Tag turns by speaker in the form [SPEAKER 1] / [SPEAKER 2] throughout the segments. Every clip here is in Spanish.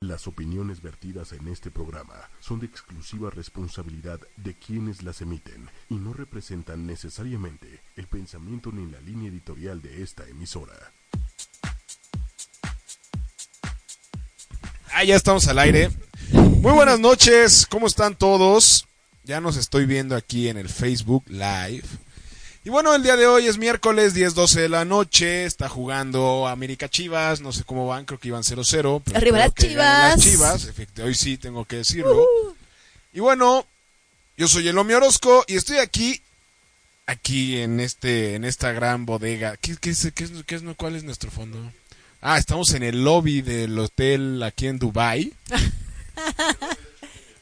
[SPEAKER 1] Las opiniones vertidas en este programa son de exclusiva responsabilidad de quienes las emiten y no representan necesariamente el pensamiento ni la línea editorial de esta emisora.
[SPEAKER 2] Ah, ya estamos al aire. Muy buenas noches, ¿cómo están todos? Ya nos estoy viendo aquí en el Facebook Live. Y bueno, el día de hoy es miércoles 10-12 de la noche, está jugando América Chivas, no sé cómo van, creo que iban 0-0. pero
[SPEAKER 3] Arriba las
[SPEAKER 2] espero que ganen las
[SPEAKER 3] Chivas. Uh.
[SPEAKER 2] Chivas, efecti- hoy sí tengo que decirlo. Y bueno, yo soy Elomi Orozco y estoy aquí, aquí en este, en esta gran bodega. ¿Qué, qué es, qué es- qué es- cuál es nuestro fondo? Ah, estamos en el lobby del hotel aquí en Dubai.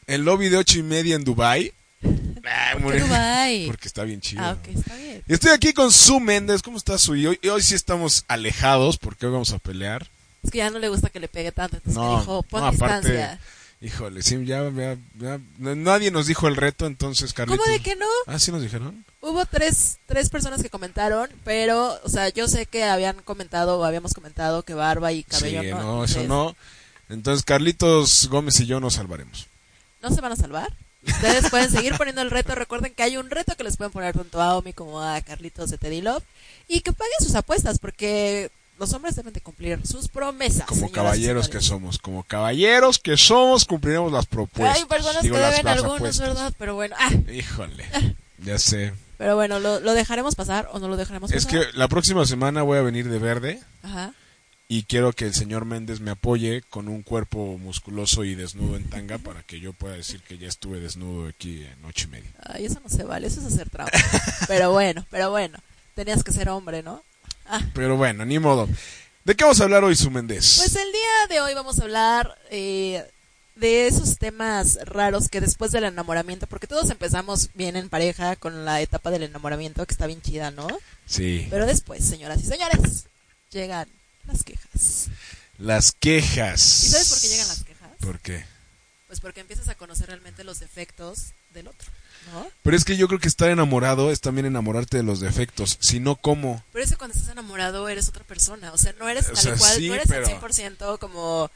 [SPEAKER 2] el lobby de ocho y media en Dubai. Ah,
[SPEAKER 3] ¿Por
[SPEAKER 2] muy-
[SPEAKER 3] qué Dubái?
[SPEAKER 2] Porque está bien chido.
[SPEAKER 3] Ah, ok, está bien.
[SPEAKER 2] Y Estoy aquí con Su Méndez. ¿Cómo estás, Su? Y hoy, y hoy sí estamos alejados porque hoy vamos a pelear.
[SPEAKER 3] Es que ya no le gusta que le pegue tanto, entonces
[SPEAKER 2] No,
[SPEAKER 3] que dijo, pon
[SPEAKER 2] no, aparte,
[SPEAKER 3] distancia.
[SPEAKER 2] Híjole, sí, ya, ya- ya- no- nadie nos dijo el reto, entonces, Carlitos.
[SPEAKER 3] ¿Cómo de que no?
[SPEAKER 2] Ah, sí nos dijeron.
[SPEAKER 3] Hubo tres, tres personas que comentaron, pero, o sea, yo sé que habían comentado, o habíamos comentado que barba y cabello
[SPEAKER 2] sí,
[SPEAKER 3] no.
[SPEAKER 2] no, eso
[SPEAKER 3] les-
[SPEAKER 2] no. Entonces, Carlitos Gómez y yo nos salvaremos.
[SPEAKER 3] ¿No se van a salvar? Ustedes pueden seguir poniendo el reto. Recuerden que hay un reto que les pueden poner tanto a Omi como a Carlitos de Teddy Love. Y que paguen sus apuestas, porque los hombres deben de cumplir sus promesas.
[SPEAKER 2] Como
[SPEAKER 3] señoras y
[SPEAKER 2] caballeros que
[SPEAKER 3] señores.
[SPEAKER 2] somos, como caballeros que somos, cumpliremos las propuestas.
[SPEAKER 3] Hay personas
[SPEAKER 2] pues, digo,
[SPEAKER 3] que
[SPEAKER 2] las-
[SPEAKER 3] deben
[SPEAKER 2] las
[SPEAKER 3] algunos,
[SPEAKER 2] apuestas.
[SPEAKER 3] ¿verdad? Pero bueno, ah,
[SPEAKER 2] Híjole, ya sé.
[SPEAKER 3] pero bueno, ¿lo, lo dejaremos pasar o no lo dejaremos
[SPEAKER 2] Es
[SPEAKER 3] pasar?
[SPEAKER 2] que la próxima semana voy a venir de verde.
[SPEAKER 3] Ajá.
[SPEAKER 2] y quiero que el señor Méndez me apoye con un cuerpo musculoso y desnudo en tanga para que yo pueda decir que ya estuve desnudo aquí en ocho y media.
[SPEAKER 3] Ay, eso no se vale, eso es hacer trampa. pero bueno, pero bueno, tenías que ser hombre, ¿no? Ah,
[SPEAKER 2] Pero bueno, ni modo. ¿De qué vamos a hablar hoy, su Méndez?
[SPEAKER 3] pues el día de hoy vamos a hablar eh, de esos temas raros que después del enamoramiento, porque todos empezamos bien en pareja con la etapa del enamoramiento que está bien chida, ¿no?
[SPEAKER 2] sí,
[SPEAKER 3] Pero después, señoras y señores, llegan las quejas.
[SPEAKER 2] las quejas.
[SPEAKER 3] ¿Y sabes por qué llegan las quejas?
[SPEAKER 2] ¿Por qué?
[SPEAKER 3] Pues porque empiezas a conocer realmente los defectos del otro, ¿no?
[SPEAKER 2] Pero es que yo creo que estar enamorado es también enamorarte de los defectos, si no, ¿cómo?
[SPEAKER 3] Pero es que cuando estás enamorado eres otra persona. O sea, no
[SPEAKER 2] O
[SPEAKER 3] eres tal
[SPEAKER 2] sea,
[SPEAKER 3] cual,
[SPEAKER 2] sí,
[SPEAKER 3] no eres
[SPEAKER 2] pero-
[SPEAKER 3] al 100% como,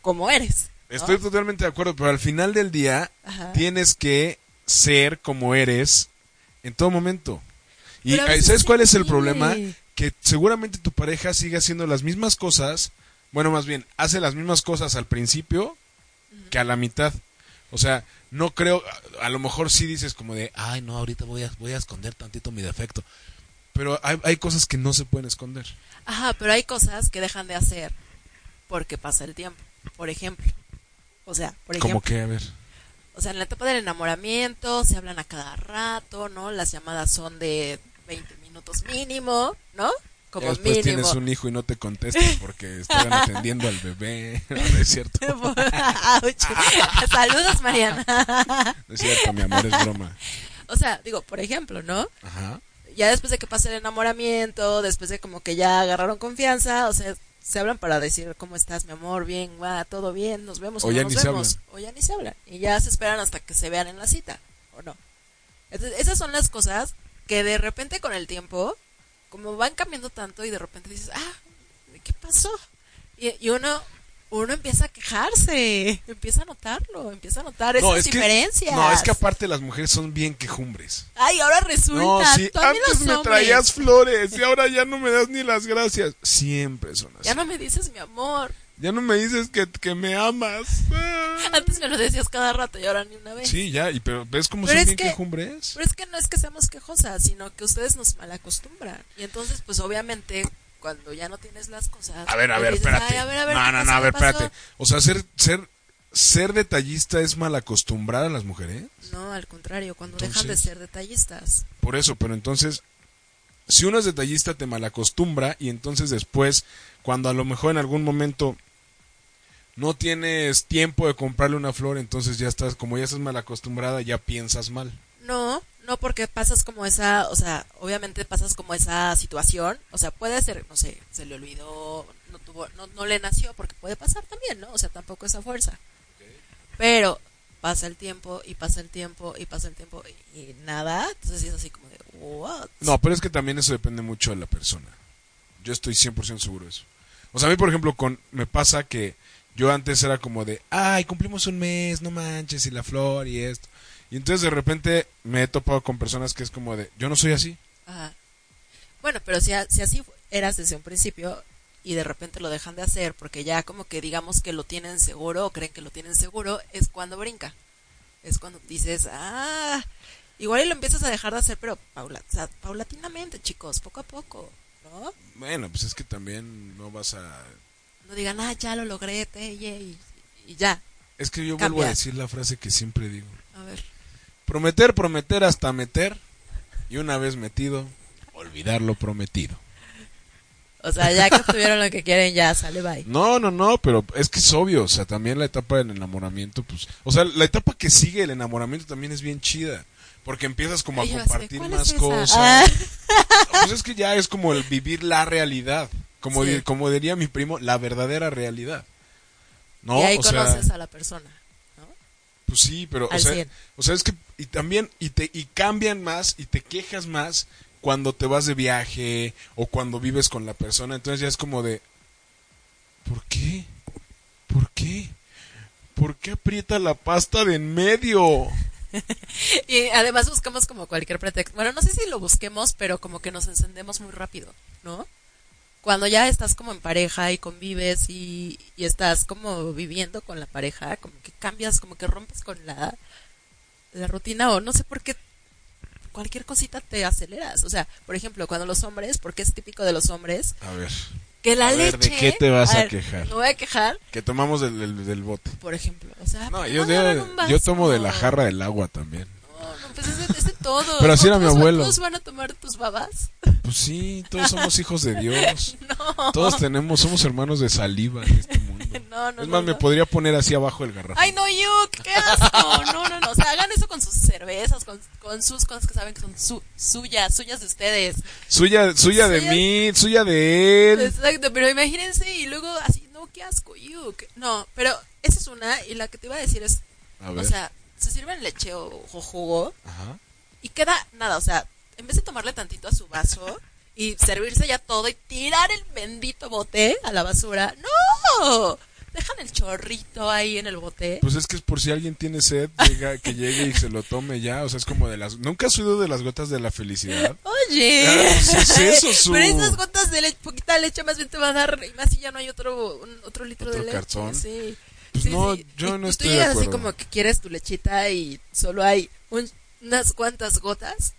[SPEAKER 3] como eres. ¿no?
[SPEAKER 2] Estoy totalmente de acuerdo, pero al final del día
[SPEAKER 3] Ajá.
[SPEAKER 2] tienes que ser como eres en todo momento. Y eh,
[SPEAKER 3] Pero a veces
[SPEAKER 2] ¿sabes
[SPEAKER 3] sí.
[SPEAKER 2] cuál es el problema? Que seguramente tu pareja sigue haciendo las mismas cosas, bueno, más bien, hace las mismas cosas al principio que a la mitad. O sea, no creo, a, a lo mejor sí dices como de, ay, no, ahorita voy a, voy a esconder tantito mi defecto. Pero hay, hay cosas que no se pueden esconder.
[SPEAKER 3] Ajá, pero hay cosas que dejan de hacer porque pasa el tiempo. Por ejemplo. O sea, por ejemplo.
[SPEAKER 2] Como que, a ver.
[SPEAKER 3] O sea, en la etapa del enamoramiento se hablan a cada rato, ¿no? Las llamadas son de 20 minutos mínimo, ¿no?
[SPEAKER 2] Ya
[SPEAKER 3] Como
[SPEAKER 2] después
[SPEAKER 3] mínimo.
[SPEAKER 2] tienes un hijo y no te contestas porque estaban atendiendo al bebé. No, no es cierto.
[SPEAKER 3] Ouch. Saludos, Mariana.
[SPEAKER 2] No es cierto, mi amor, es broma.
[SPEAKER 3] o sea, digo, por ejemplo, ¿no?
[SPEAKER 2] Ajá.
[SPEAKER 3] ya después de que pase el enamoramiento, después de como que ya agarraron confianza, o sea, se hablan para decir cómo estás, mi amor, bien, va, todo bien, nos vemos
[SPEAKER 2] O
[SPEAKER 3] o, no
[SPEAKER 2] ya
[SPEAKER 3] nos
[SPEAKER 2] ni se
[SPEAKER 3] vemos.
[SPEAKER 2] hablan.
[SPEAKER 3] O ya ni se hablan. Y ya se esperan hasta que se vean en la cita, ¿o no? Entonces, esas son las cosas que de repente con el tiempo, como van cambiando tanto y de repente dices, ah, ¿qué pasó? Y, y uno... Uno empieza a quejarse, empieza a notarlo, empieza a notar esas
[SPEAKER 2] No, es que-
[SPEAKER 3] diferencias.
[SPEAKER 2] no, es que aparte las mujeres son bien quejumbres.
[SPEAKER 3] Ay, ahora resulta.
[SPEAKER 2] No, sí,
[SPEAKER 3] también
[SPEAKER 2] antes
[SPEAKER 3] los
[SPEAKER 2] me
[SPEAKER 3] hombres.
[SPEAKER 2] traías flores y ahora ya no me das ni las gracias. Siempre son así.
[SPEAKER 3] Ya no me dices mi amor.
[SPEAKER 2] me dices que, que me amas. Ah.
[SPEAKER 3] Antes me lo decías cada rato y ahora ni una vez.
[SPEAKER 2] Sí, ya, y pero ves cómo
[SPEAKER 3] Pero
[SPEAKER 2] son bien
[SPEAKER 3] es que-
[SPEAKER 2] quejumbres.
[SPEAKER 3] Pero es que no es que seamos quejosas, sino que ustedes nos malacostumbran. Y entonces, pues obviamente, cuando ya no tienes las cosas.
[SPEAKER 2] A ver, a
[SPEAKER 3] y
[SPEAKER 2] ver,
[SPEAKER 3] dices,
[SPEAKER 2] espérate.
[SPEAKER 3] "Ay, a ver, a ver,
[SPEAKER 2] no,
[SPEAKER 3] ¿qué
[SPEAKER 2] no, no,
[SPEAKER 3] pasó?
[SPEAKER 2] a ver,
[SPEAKER 3] ¿Qué pasó?".
[SPEAKER 2] espérate. O sea, ser, ser, ser detallista es mal acostumbrar a las mujeres.
[SPEAKER 3] No, al contrario, cuando dejan de
[SPEAKER 2] Entonces.
[SPEAKER 3] ser detallistas.
[SPEAKER 2] Por eso, pero entonces, si uno es detallista, te malacostumbra y entonces después, cuando a lo mejor en algún momento no tienes tiempo de comprarle una flor, entonces ya estás, como ya estás malacostumbrada, ya piensas mal.
[SPEAKER 3] No, no porque pasas como esa, o sea, obviamente pasas como esa situación, o sea, puede ser, no sé, se le olvidó, no tuvo, no, no le nació, porque puede pasar también, ¿no? O sea, tampoco esa fuerza. Pero pasa el tiempo y pasa el tiempo y pasa el tiempo y, y nada, entonces sí es así como de, what?
[SPEAKER 2] No, pero es que también eso depende mucho de la persona. Yo estoy 100% seguro de eso. O sea, a mí, por ejemplo, con, me pasa que Yo antes era como de, ay, cumplimos un mes, no manches, y la flor y esto. Y entonces de repente me he topado con personas que es como de, yo no soy así.
[SPEAKER 3] Ajá. Bueno, pero si, a- si así fu- eras desde un principio y de repente lo dejan de hacer porque ya como que digamos que lo tienen seguro o creen que lo tienen seguro, es cuando brinca. Es cuando dices, ah, igual y lo empiezas a dejar de hacer, pero paula, o sea, paulatinamente, chicos, poco a poco, ¿no?
[SPEAKER 2] Bueno, pues es que también no vas a...
[SPEAKER 3] No digan, ah, ya lo logré, te, ye", y, y ya.
[SPEAKER 2] Es que yo vuelvo
[SPEAKER 3] Cambiar.
[SPEAKER 2] a decir la frase que siempre digo.
[SPEAKER 3] A ver,
[SPEAKER 2] Prometer, prometer hasta meter. Y una vez metido, olvidar lo prometido.
[SPEAKER 3] o sea, ya que obtuvieron lo que quieren, ya sale, bye.
[SPEAKER 2] No, no, no, pero es que es obvio, o sea, también la etapa del enamoramiento, pues, o sea, la etapa que sigue el enamoramiento también es bien chida, porque empiezas como a
[SPEAKER 3] Y yo así de,
[SPEAKER 2] compartir
[SPEAKER 3] "¿Cuál
[SPEAKER 2] más
[SPEAKER 3] es esa?".
[SPEAKER 2] cosas.
[SPEAKER 3] Ah,
[SPEAKER 2] Pues es que ya es como el vivir la realidad, como,
[SPEAKER 3] Sí.
[SPEAKER 2] di- como diría mi primo, la verdadera realidad. No,
[SPEAKER 3] y ahí
[SPEAKER 2] o
[SPEAKER 3] conoces
[SPEAKER 2] sea,
[SPEAKER 3] a la persona, ¿no?
[SPEAKER 2] pues sí, pero o
[SPEAKER 3] al
[SPEAKER 2] sea,
[SPEAKER 3] cien.
[SPEAKER 2] o sea, es que y también y te y cambian más y te quejas más cuando te vas de viaje o cuando vives con la persona, entonces ya es como de ¿Por qué? ¿Por qué? ¿Por qué aprieta la pasta de en medio?
[SPEAKER 3] Y además buscamos como cualquier pretexto. Bueno, no sé si lo busquemos, pero como que nos encendemos muy rápido, ¿no? Cuando ya estás como en pareja y convives y, y estás como viviendo con la pareja, como que cambias, como que rompes con la, la rutina o no sé por qué cualquier cosita te aceleras. O sea, por ejemplo, cuando los hombres, porque es típico de los hombres,
[SPEAKER 2] A ver,
[SPEAKER 3] que la
[SPEAKER 2] A ver, ¿de
[SPEAKER 3] leche...
[SPEAKER 2] qué te vas a
[SPEAKER 3] ver,
[SPEAKER 2] quejar?
[SPEAKER 3] Me voy a quejar,
[SPEAKER 2] que tomamos del, del, del bote.
[SPEAKER 3] por ejemplo. O sea,
[SPEAKER 2] No,
[SPEAKER 3] ¿por qué
[SPEAKER 2] yo,
[SPEAKER 3] agarran
[SPEAKER 2] yo-
[SPEAKER 3] un
[SPEAKER 2] yo tomo de
[SPEAKER 3] vaso?
[SPEAKER 2] la jarra del agua también.
[SPEAKER 3] No, no, pues es de, es de todo.
[SPEAKER 2] Pero así era
[SPEAKER 3] ¿Todos
[SPEAKER 2] mi
[SPEAKER 3] va-
[SPEAKER 2] abuelo.
[SPEAKER 3] ¿Todos van a tomar tus babas?
[SPEAKER 2] Pues sí, todos somos hijos de Dios.
[SPEAKER 3] No.
[SPEAKER 2] Todos tenemos, somos hermanos de saliva en este mundo.
[SPEAKER 3] No, no,
[SPEAKER 2] es
[SPEAKER 3] no,
[SPEAKER 2] más, me
[SPEAKER 3] no.
[SPEAKER 2] podría poner así abajo el garrafón.
[SPEAKER 3] Ay, no, Yuk, qué asco. No, no, no. O sea, hagan eso con sus cervezas, con, con sus cosas que saben que son su- suyas, suyas de ustedes.
[SPEAKER 2] Suya, suya de
[SPEAKER 3] Suya- Pues,
[SPEAKER 2] mí, suya de él.
[SPEAKER 3] Exacto, pero imagínense y luego así, no, qué asco, Yuk. No, pero esa es una. Y la que te iba a decir es,
[SPEAKER 2] A
[SPEAKER 3] o
[SPEAKER 2] ver.
[SPEAKER 3] sea, se sirven leche o, o jugo
[SPEAKER 2] Ajá.
[SPEAKER 3] y queda nada. O sea, en vez de tomarle tantito a su vaso y servirse ya todo y tirar el bendito bote a la basura, ¡no! Dejan el chorrito ahí en el bote.
[SPEAKER 2] Pues es que es por si alguien tiene sed, llega, que llegue y se lo tome ya. O sea, es como de las. ¿Nunca has oído de las gotas de la felicidad?
[SPEAKER 3] Oye,
[SPEAKER 2] Ah, pues es eso, su-
[SPEAKER 3] pero esas gotas de leche, poquita leche más bien te va a dar, y más si ya no hay otro, un- otro litro
[SPEAKER 2] ¿Otro
[SPEAKER 3] de leche.
[SPEAKER 2] cartón?
[SPEAKER 3] Sí.
[SPEAKER 2] Pues
[SPEAKER 3] Sí,
[SPEAKER 2] no,
[SPEAKER 3] sí.
[SPEAKER 2] yo
[SPEAKER 3] Y-
[SPEAKER 2] no
[SPEAKER 3] y
[SPEAKER 2] estoy
[SPEAKER 3] Tú
[SPEAKER 2] de
[SPEAKER 3] llegas así
[SPEAKER 2] acuerdo.
[SPEAKER 3] como que quieres tu lechita y solo hay un- unas cuantas gotas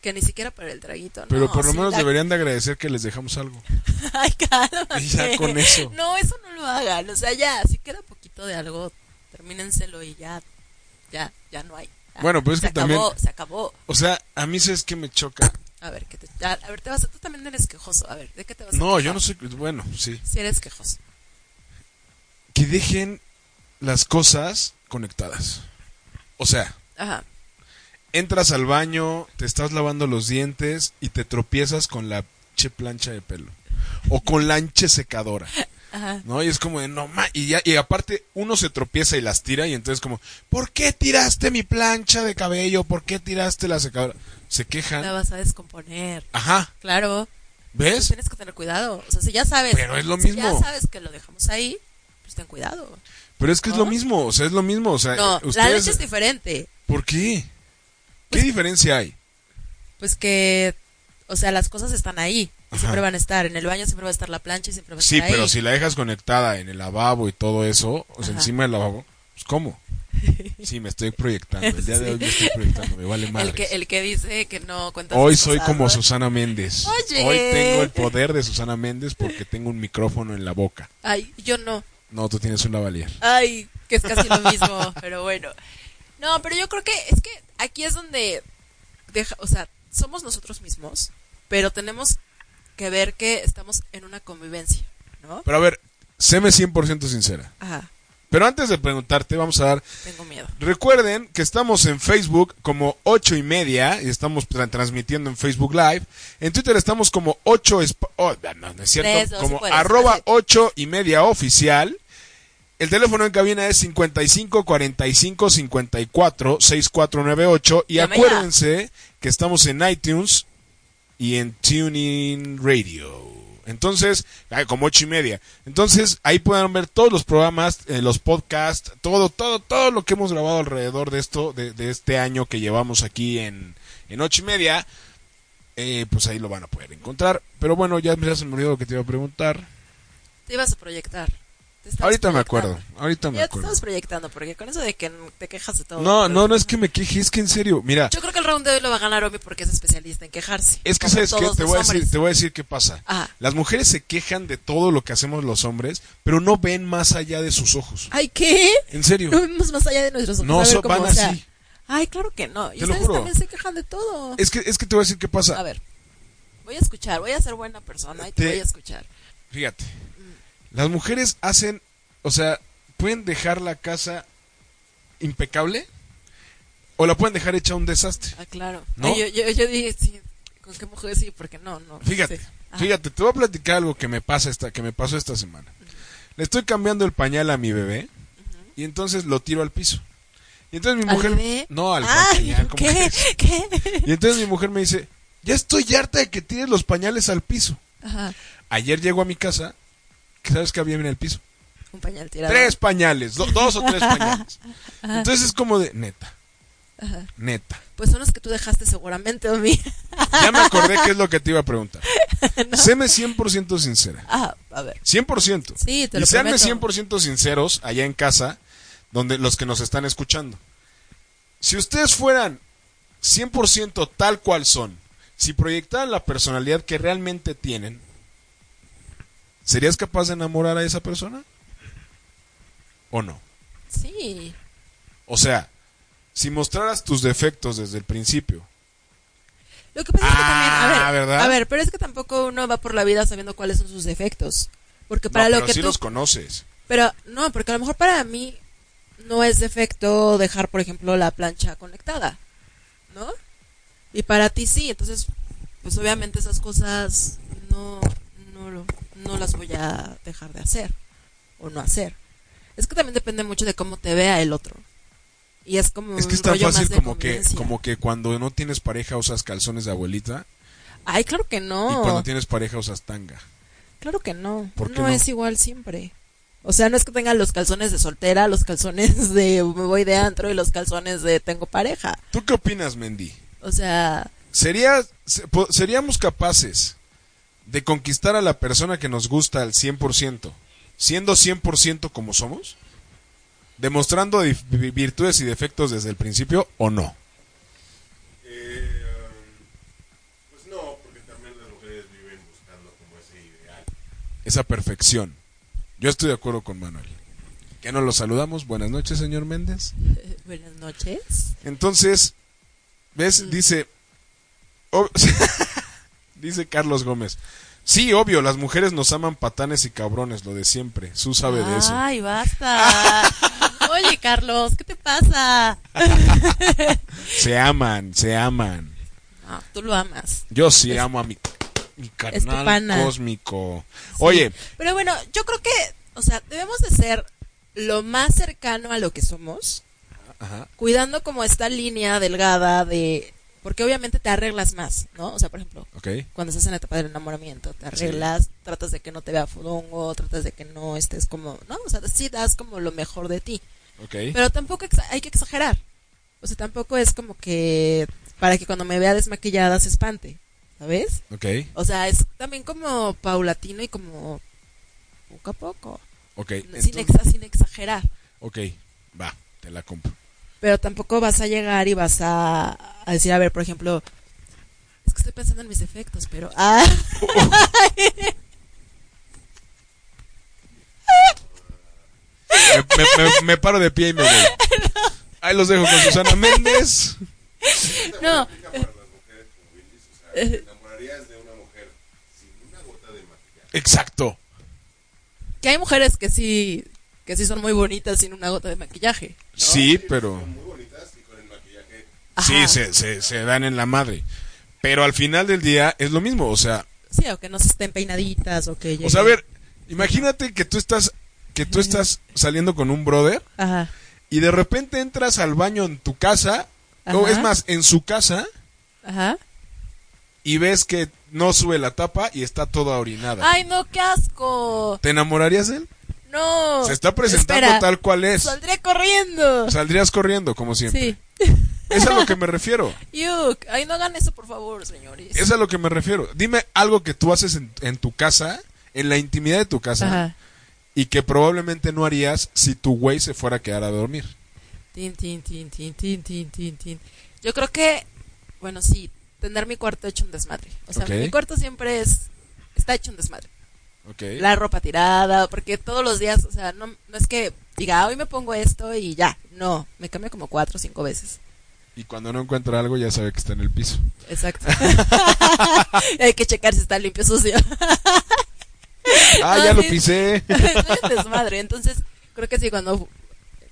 [SPEAKER 3] que ni siquiera para el traguito.
[SPEAKER 2] Pero
[SPEAKER 3] no,
[SPEAKER 2] por lo
[SPEAKER 3] sí,
[SPEAKER 2] menos
[SPEAKER 3] la-
[SPEAKER 2] deberían de agradecer que les dejamos algo.
[SPEAKER 3] Ay, cálmate.
[SPEAKER 2] Y ya con eso.
[SPEAKER 3] No, eso no lo hagan. O sea, ya, si queda poquito de algo, termínenselo y ya, ya, ya no hay. Ya.
[SPEAKER 2] Bueno, pero es
[SPEAKER 3] se
[SPEAKER 2] que
[SPEAKER 3] acabó,
[SPEAKER 2] también-
[SPEAKER 3] Se acabó.
[SPEAKER 2] O sea, a mí es que me choca.
[SPEAKER 3] A ver, que te, a, a ver, te vas a, tú también eres quejoso. A ver, ¿de qué te vas a
[SPEAKER 2] No, yo
[SPEAKER 3] quejar?
[SPEAKER 2] no soy. Bueno, sí.
[SPEAKER 3] Si eres quejoso.
[SPEAKER 2] Que dejen las cosas conectadas. O sea,
[SPEAKER 3] Ajá.
[SPEAKER 2] entras al baño, te estás lavando los dientes y te tropiezas con la che plancha de pelo. O con la anche secadora.
[SPEAKER 3] Ajá.
[SPEAKER 2] ¿No? Y es como de no ma- y ya, y aparte uno se tropieza y las tira y entonces como, ¿por qué tiraste mi plancha de cabello? ¿Por qué tiraste la secadora? Se
[SPEAKER 3] La
[SPEAKER 2] quejan.
[SPEAKER 3] vas a descomponer.
[SPEAKER 2] Ajá,
[SPEAKER 3] Claro. Pues
[SPEAKER 2] ¿ves?
[SPEAKER 3] tienes que tener cuidado. O sea, si ya sabes.
[SPEAKER 2] Pero es lo
[SPEAKER 3] si
[SPEAKER 2] mismo.
[SPEAKER 3] ya sabes que lo dejamos ahí, pues ten cuidado.
[SPEAKER 2] Pero es que es lo
[SPEAKER 3] ¿No?
[SPEAKER 2] mismo, o sea, es lo mismo, o sea,
[SPEAKER 3] No, la
[SPEAKER 2] Eh, ustedes
[SPEAKER 3] leche es diferente.
[SPEAKER 2] ¿Por qué? ¿Qué diferencia hay?
[SPEAKER 3] Pues que. O sea, las cosas están ahí. y
[SPEAKER 2] Ajá.
[SPEAKER 3] siempre van a estar. En el baño siempre va a estar la plancha y siempre va a
[SPEAKER 2] Sí,
[SPEAKER 3] estar
[SPEAKER 2] pero
[SPEAKER 3] Pues ahí.
[SPEAKER 2] si la dejas conectada en el lavabo y todo eso, o sea,
[SPEAKER 3] Ajá.
[SPEAKER 2] encima del lavabo, pues ¿cómo? Sí, me estoy proyectando. El día de hoy me estoy proyectando, me vale madre.
[SPEAKER 3] el, que, el que dice que no cuenta
[SPEAKER 2] Hoy
[SPEAKER 3] sus
[SPEAKER 2] soy
[SPEAKER 3] cosas,
[SPEAKER 2] como
[SPEAKER 3] ¿no?
[SPEAKER 2] Susana Méndez.
[SPEAKER 3] Oye.
[SPEAKER 2] Hoy tengo el poder de Susana Méndez porque tengo un micrófono en la boca.
[SPEAKER 3] Ay, yo no.
[SPEAKER 2] No, tú tienes un lavalier.
[SPEAKER 3] Ay, que es casi lo mismo, pero bueno. No, pero yo creo que es que aquí es donde deja, o sea, somos nosotros mismos, pero tenemos que ver que estamos en una convivencia, ¿no?
[SPEAKER 2] Pero a ver, séme 100% sincera.
[SPEAKER 3] Ajá,
[SPEAKER 2] Pero antes de preguntarte, vamos a dar
[SPEAKER 3] tengo miedo.
[SPEAKER 2] Recuerden que estamos en Facebook como 8 y media y estamos tra- transmitiendo en Facebook Live. En Twitter estamos como 8, espa- oh, no, no es cierto,
[SPEAKER 3] Tres, dos,
[SPEAKER 2] como
[SPEAKER 3] puedes,
[SPEAKER 2] arroba
[SPEAKER 3] así.
[SPEAKER 2] 8 y media oficial. El teléfono en cabina es 55 45 54 6498 y
[SPEAKER 3] Llame ya.
[SPEAKER 2] acuérdense que estamos en iTunes y en Tuning Radio. Entonces, ah, como ocho y media. Entonces, ahí pueden ver todos los programas, eh, los podcasts, todo, todo, todo lo que hemos grabado alrededor de esto, de, de este año que llevamos aquí en, en ocho y media. Eh, pues ahí lo van a poder encontrar. Pero bueno, ya me se me olvidó lo que te iba a preguntar.
[SPEAKER 3] Te ibas a proyectar. Te estabas
[SPEAKER 2] Ahorita me
[SPEAKER 3] proyectando.
[SPEAKER 2] acuerdo, ahorita me
[SPEAKER 3] Ya te
[SPEAKER 2] acuerdo.
[SPEAKER 3] estamos proyectando, porque con eso de que te quejas de todo.
[SPEAKER 2] No, no, no es que me queje, es que en serio, mira,
[SPEAKER 3] Yo creo que el round de hoy lo va a ganar Omi porque es especialista en quejarse.
[SPEAKER 2] es que
[SPEAKER 3] como
[SPEAKER 2] sabes qué,
[SPEAKER 3] todos
[SPEAKER 2] te
[SPEAKER 3] los
[SPEAKER 2] voy a decir,
[SPEAKER 3] hombres.
[SPEAKER 2] te voy a decir qué pasa.
[SPEAKER 3] Ajá.
[SPEAKER 2] Las mujeres se quejan de todo lo que hacemos los hombres, pero no ven más allá de sus ojos.
[SPEAKER 3] Ay, ¿qué?
[SPEAKER 2] En serio.
[SPEAKER 3] No vemos más allá de nuestros ojos.
[SPEAKER 2] No,
[SPEAKER 3] a ver
[SPEAKER 2] so-
[SPEAKER 3] cómo,
[SPEAKER 2] van
[SPEAKER 3] o sea,
[SPEAKER 2] así.
[SPEAKER 3] Ay, claro que no. Y
[SPEAKER 2] Te lo
[SPEAKER 3] ustedes
[SPEAKER 2] juro.
[SPEAKER 3] también se quejan de todo.
[SPEAKER 2] Es que es que te voy a decir qué
[SPEAKER 3] A
[SPEAKER 2] pasa.
[SPEAKER 3] ver, voy a escuchar, voy a ser buena persona y te,
[SPEAKER 2] Te-
[SPEAKER 3] voy a escuchar.
[SPEAKER 2] Fíjate. Las mujeres hacen, o sea, pueden dejar la casa impecable o la pueden dejar hecha un desastre.
[SPEAKER 3] Ah, claro.
[SPEAKER 2] ¿No?
[SPEAKER 3] Ay, yo, yo, yo dije, sí, ¿con qué mujer sí? Porque no, no.
[SPEAKER 2] Fíjate,
[SPEAKER 3] sí. Ah,
[SPEAKER 2] fíjate, te voy a platicar algo que me pasa esta, que me pasó esta semana. Le estoy cambiando el pañal a mi bebé y entonces lo tiro al piso. Y entonces mi
[SPEAKER 3] Ah, ¿al
[SPEAKER 2] mujer
[SPEAKER 3] bebé?
[SPEAKER 2] no al
[SPEAKER 3] Ay,
[SPEAKER 2] pañal, ¿cómo
[SPEAKER 3] ¿qué?
[SPEAKER 2] crees?
[SPEAKER 3] ¿Qué?
[SPEAKER 2] Y entonces mi mujer me dice, "Ya estoy harta de que tires los pañales al piso."
[SPEAKER 3] Ajá,
[SPEAKER 2] Ayer llego a mi casa, que ¿sabes que había en el piso?
[SPEAKER 3] un pañal tirado.
[SPEAKER 2] Tres pañales, do- dos o tres pañales. Entonces es como de neta. Neta.
[SPEAKER 3] Pues son los que tú dejaste seguramente, Omi.
[SPEAKER 2] Ya me acordé qué es lo que te iba a preguntar. Séme 100% sincera.
[SPEAKER 3] Ah, a ver.
[SPEAKER 2] 100%.
[SPEAKER 3] Sí, te lo
[SPEAKER 2] y seanme
[SPEAKER 3] prometo.
[SPEAKER 2] 100% sinceros allá en casa, donde los que nos están escuchando. Si ustedes fueran 100% tal cual son, si proyectaran la personalidad que realmente tienen, ¿serías capaz de enamorar a esa persona? ¿O no?
[SPEAKER 3] Sí.
[SPEAKER 2] O sea, si mostraras tus defectos desde el principio.
[SPEAKER 3] Lo que pasa es que también,
[SPEAKER 2] Ah,
[SPEAKER 3] a ver,
[SPEAKER 2] ¿verdad?
[SPEAKER 3] a ver, pero es que tampoco uno va por la vida sabiendo cuáles son sus defectos. Porque para
[SPEAKER 2] no,
[SPEAKER 3] lo
[SPEAKER 2] pero
[SPEAKER 3] que
[SPEAKER 2] sí
[SPEAKER 3] tú
[SPEAKER 2] los conoces.
[SPEAKER 3] Pero no, porque a lo mejor para mí no es defecto dejar, por ejemplo, la plancha conectada, ¿no? Y para ti sí, entonces, pues obviamente esas cosas no, no, lo- no las voy a dejar de hacer o no hacer. Es que también depende mucho de cómo te vea el otro. Y es como
[SPEAKER 2] Es que
[SPEAKER 3] un
[SPEAKER 2] es tan
[SPEAKER 3] rollo
[SPEAKER 2] fácil
[SPEAKER 3] más de
[SPEAKER 2] como que,
[SPEAKER 3] convivencia.
[SPEAKER 2] como que cuando no tienes pareja usas calzones de abuelita.
[SPEAKER 3] Ay, claro que
[SPEAKER 2] Y cuando
[SPEAKER 3] no.
[SPEAKER 2] tienes pareja usas tanga.
[SPEAKER 3] Claro que no.
[SPEAKER 2] ¿Por qué no?
[SPEAKER 3] no, es igual siempre. O sea, no es que tenga los calzones de soltera, los calzones de me voy de antro y los calzones de tengo pareja.
[SPEAKER 2] ¿Tú qué opinas, Mendy?
[SPEAKER 3] O sea,
[SPEAKER 2] ¿Sería, se- po- ¿Seríamos capaces de conquistar a la persona que nos gusta al 100%, siendo 100% como somos? ¿Demostrando dif- vi- virtudes y defectos desde el principio o no?
[SPEAKER 4] Eh, um, pues no, porque también las mujeres viven buscando como ese ideal.
[SPEAKER 2] Esa perfección. Yo estoy de acuerdo con Manuel. Que nos lo saludamos. Buenas noches, señor Méndez.
[SPEAKER 3] eh, buenas noches.
[SPEAKER 2] Entonces,
[SPEAKER 3] Mm.
[SPEAKER 2] ¿ves? Dice. ob- dice Carlos Gómez. Sí, obvio, las mujeres nos aman patanes y cabrones, lo de siempre. Su sabe de eso.
[SPEAKER 3] Ay, basta. Oye, Carlos, ¿qué te pasa?
[SPEAKER 2] Se aman, se aman.
[SPEAKER 3] No, tú lo amas.
[SPEAKER 2] Yo sí amo a mi, mi
[SPEAKER 3] tu
[SPEAKER 2] carnal
[SPEAKER 3] este pana.
[SPEAKER 2] cósmico.
[SPEAKER 3] Sí.
[SPEAKER 2] Oye,
[SPEAKER 3] Pero bueno, yo creo que, o sea, debemos de ser lo más cercano a lo que somos,
[SPEAKER 2] ajá,
[SPEAKER 3] cuidando como esta línea delgada de... Porque obviamente te arreglas más, ¿no? O sea, por ejemplo,
[SPEAKER 2] ok.
[SPEAKER 3] cuando estás en la etapa del enamoramiento, te arreglas, tratas de que no te vea fodongo, tratas de que no estés como, ¿no? O sea, sí das como lo mejor de ti.
[SPEAKER 2] Ok.
[SPEAKER 3] Pero tampoco exa- hay que exagerar. O sea, tampoco es como que para que cuando me vea desmaquillada se espante, ¿sabes?
[SPEAKER 2] Ok,
[SPEAKER 3] O sea, es también como paulatino y como poco a poco,
[SPEAKER 2] ok.
[SPEAKER 3] sin,
[SPEAKER 2] entonces-
[SPEAKER 3] exa- sin exagerar.
[SPEAKER 2] ok, va, te la compro.
[SPEAKER 3] Pero tampoco vas a llegar y vas a, a decir, a ver, por ejemplo, es que estoy pensando en mis defectos, pero... Ah.
[SPEAKER 2] Me, me- me- me paro de pie y me voy. Ahí los dejo con Susana Méndez.
[SPEAKER 3] No,
[SPEAKER 4] ¿Te enamorarías de una mujer sin una gota de maquillaje?
[SPEAKER 2] Exacto.
[SPEAKER 3] que hay mujeres que sí, que sí son muy bonitas sin una gota de maquillaje.
[SPEAKER 2] Sí, pero...
[SPEAKER 4] Muy bonitas y con el maquillaje.
[SPEAKER 3] Ajá.
[SPEAKER 2] Sí, se, se, se dan en la madre. Pero al final del día es lo mismo. O sea,
[SPEAKER 3] Sí, o que no se estén peinaditas o que...
[SPEAKER 2] o sea a
[SPEAKER 3] lleguen-
[SPEAKER 2] ver, imagínate que tú estás, que tú estás saliendo con un brother
[SPEAKER 3] Ajá.
[SPEAKER 2] y de repente entras al baño en tu casa, o
[SPEAKER 3] Ajá.
[SPEAKER 2] es más, en su casa,
[SPEAKER 3] Ajá.
[SPEAKER 2] y ves que no sube la tapa y está toda orinada.
[SPEAKER 3] Ay, no, qué asco.
[SPEAKER 2] ¿Te enamorarías de él?
[SPEAKER 3] No.
[SPEAKER 2] Se está presentando
[SPEAKER 3] Espera,
[SPEAKER 2] tal cual es.
[SPEAKER 3] Saldría corriendo.
[SPEAKER 2] Saldrías corriendo, como siempre.
[SPEAKER 3] Sí.
[SPEAKER 2] Es a lo que me refiero.
[SPEAKER 3] Yuk, ay, no hagan eso, por favor, señores.
[SPEAKER 2] Es a lo que me refiero. Dime algo que tú haces en, en tu casa, en la intimidad de tu casa,
[SPEAKER 3] Ajá.
[SPEAKER 2] y que probablemente no harías si tu güey se fuera a quedar a dormir.
[SPEAKER 3] Tin, tin, tin, tin, tin, tin, tin, tin. Yo creo que, bueno, sí, tener mi cuarto hecho un desmadre. O sea,
[SPEAKER 2] Ok.
[SPEAKER 3] mi cuarto siempre es, está hecho un desmadre.
[SPEAKER 2] ¿Ok?
[SPEAKER 3] La ropa tirada, porque todos los días, o sea, no, no es que diga, "Ah, hoy me pongo esto y ya. No, me cambio como cuatro o cinco veces.
[SPEAKER 2] Y cuando no encuentra algo ya sabe que está en el piso.
[SPEAKER 3] Exacto. Hay que checar si está limpio o sucio.
[SPEAKER 2] Ah,
[SPEAKER 3] No,
[SPEAKER 2] ya lo
[SPEAKER 3] sí.
[SPEAKER 2] pisé.
[SPEAKER 3] Soy un desmadre. Entonces, creo que sí, cuando.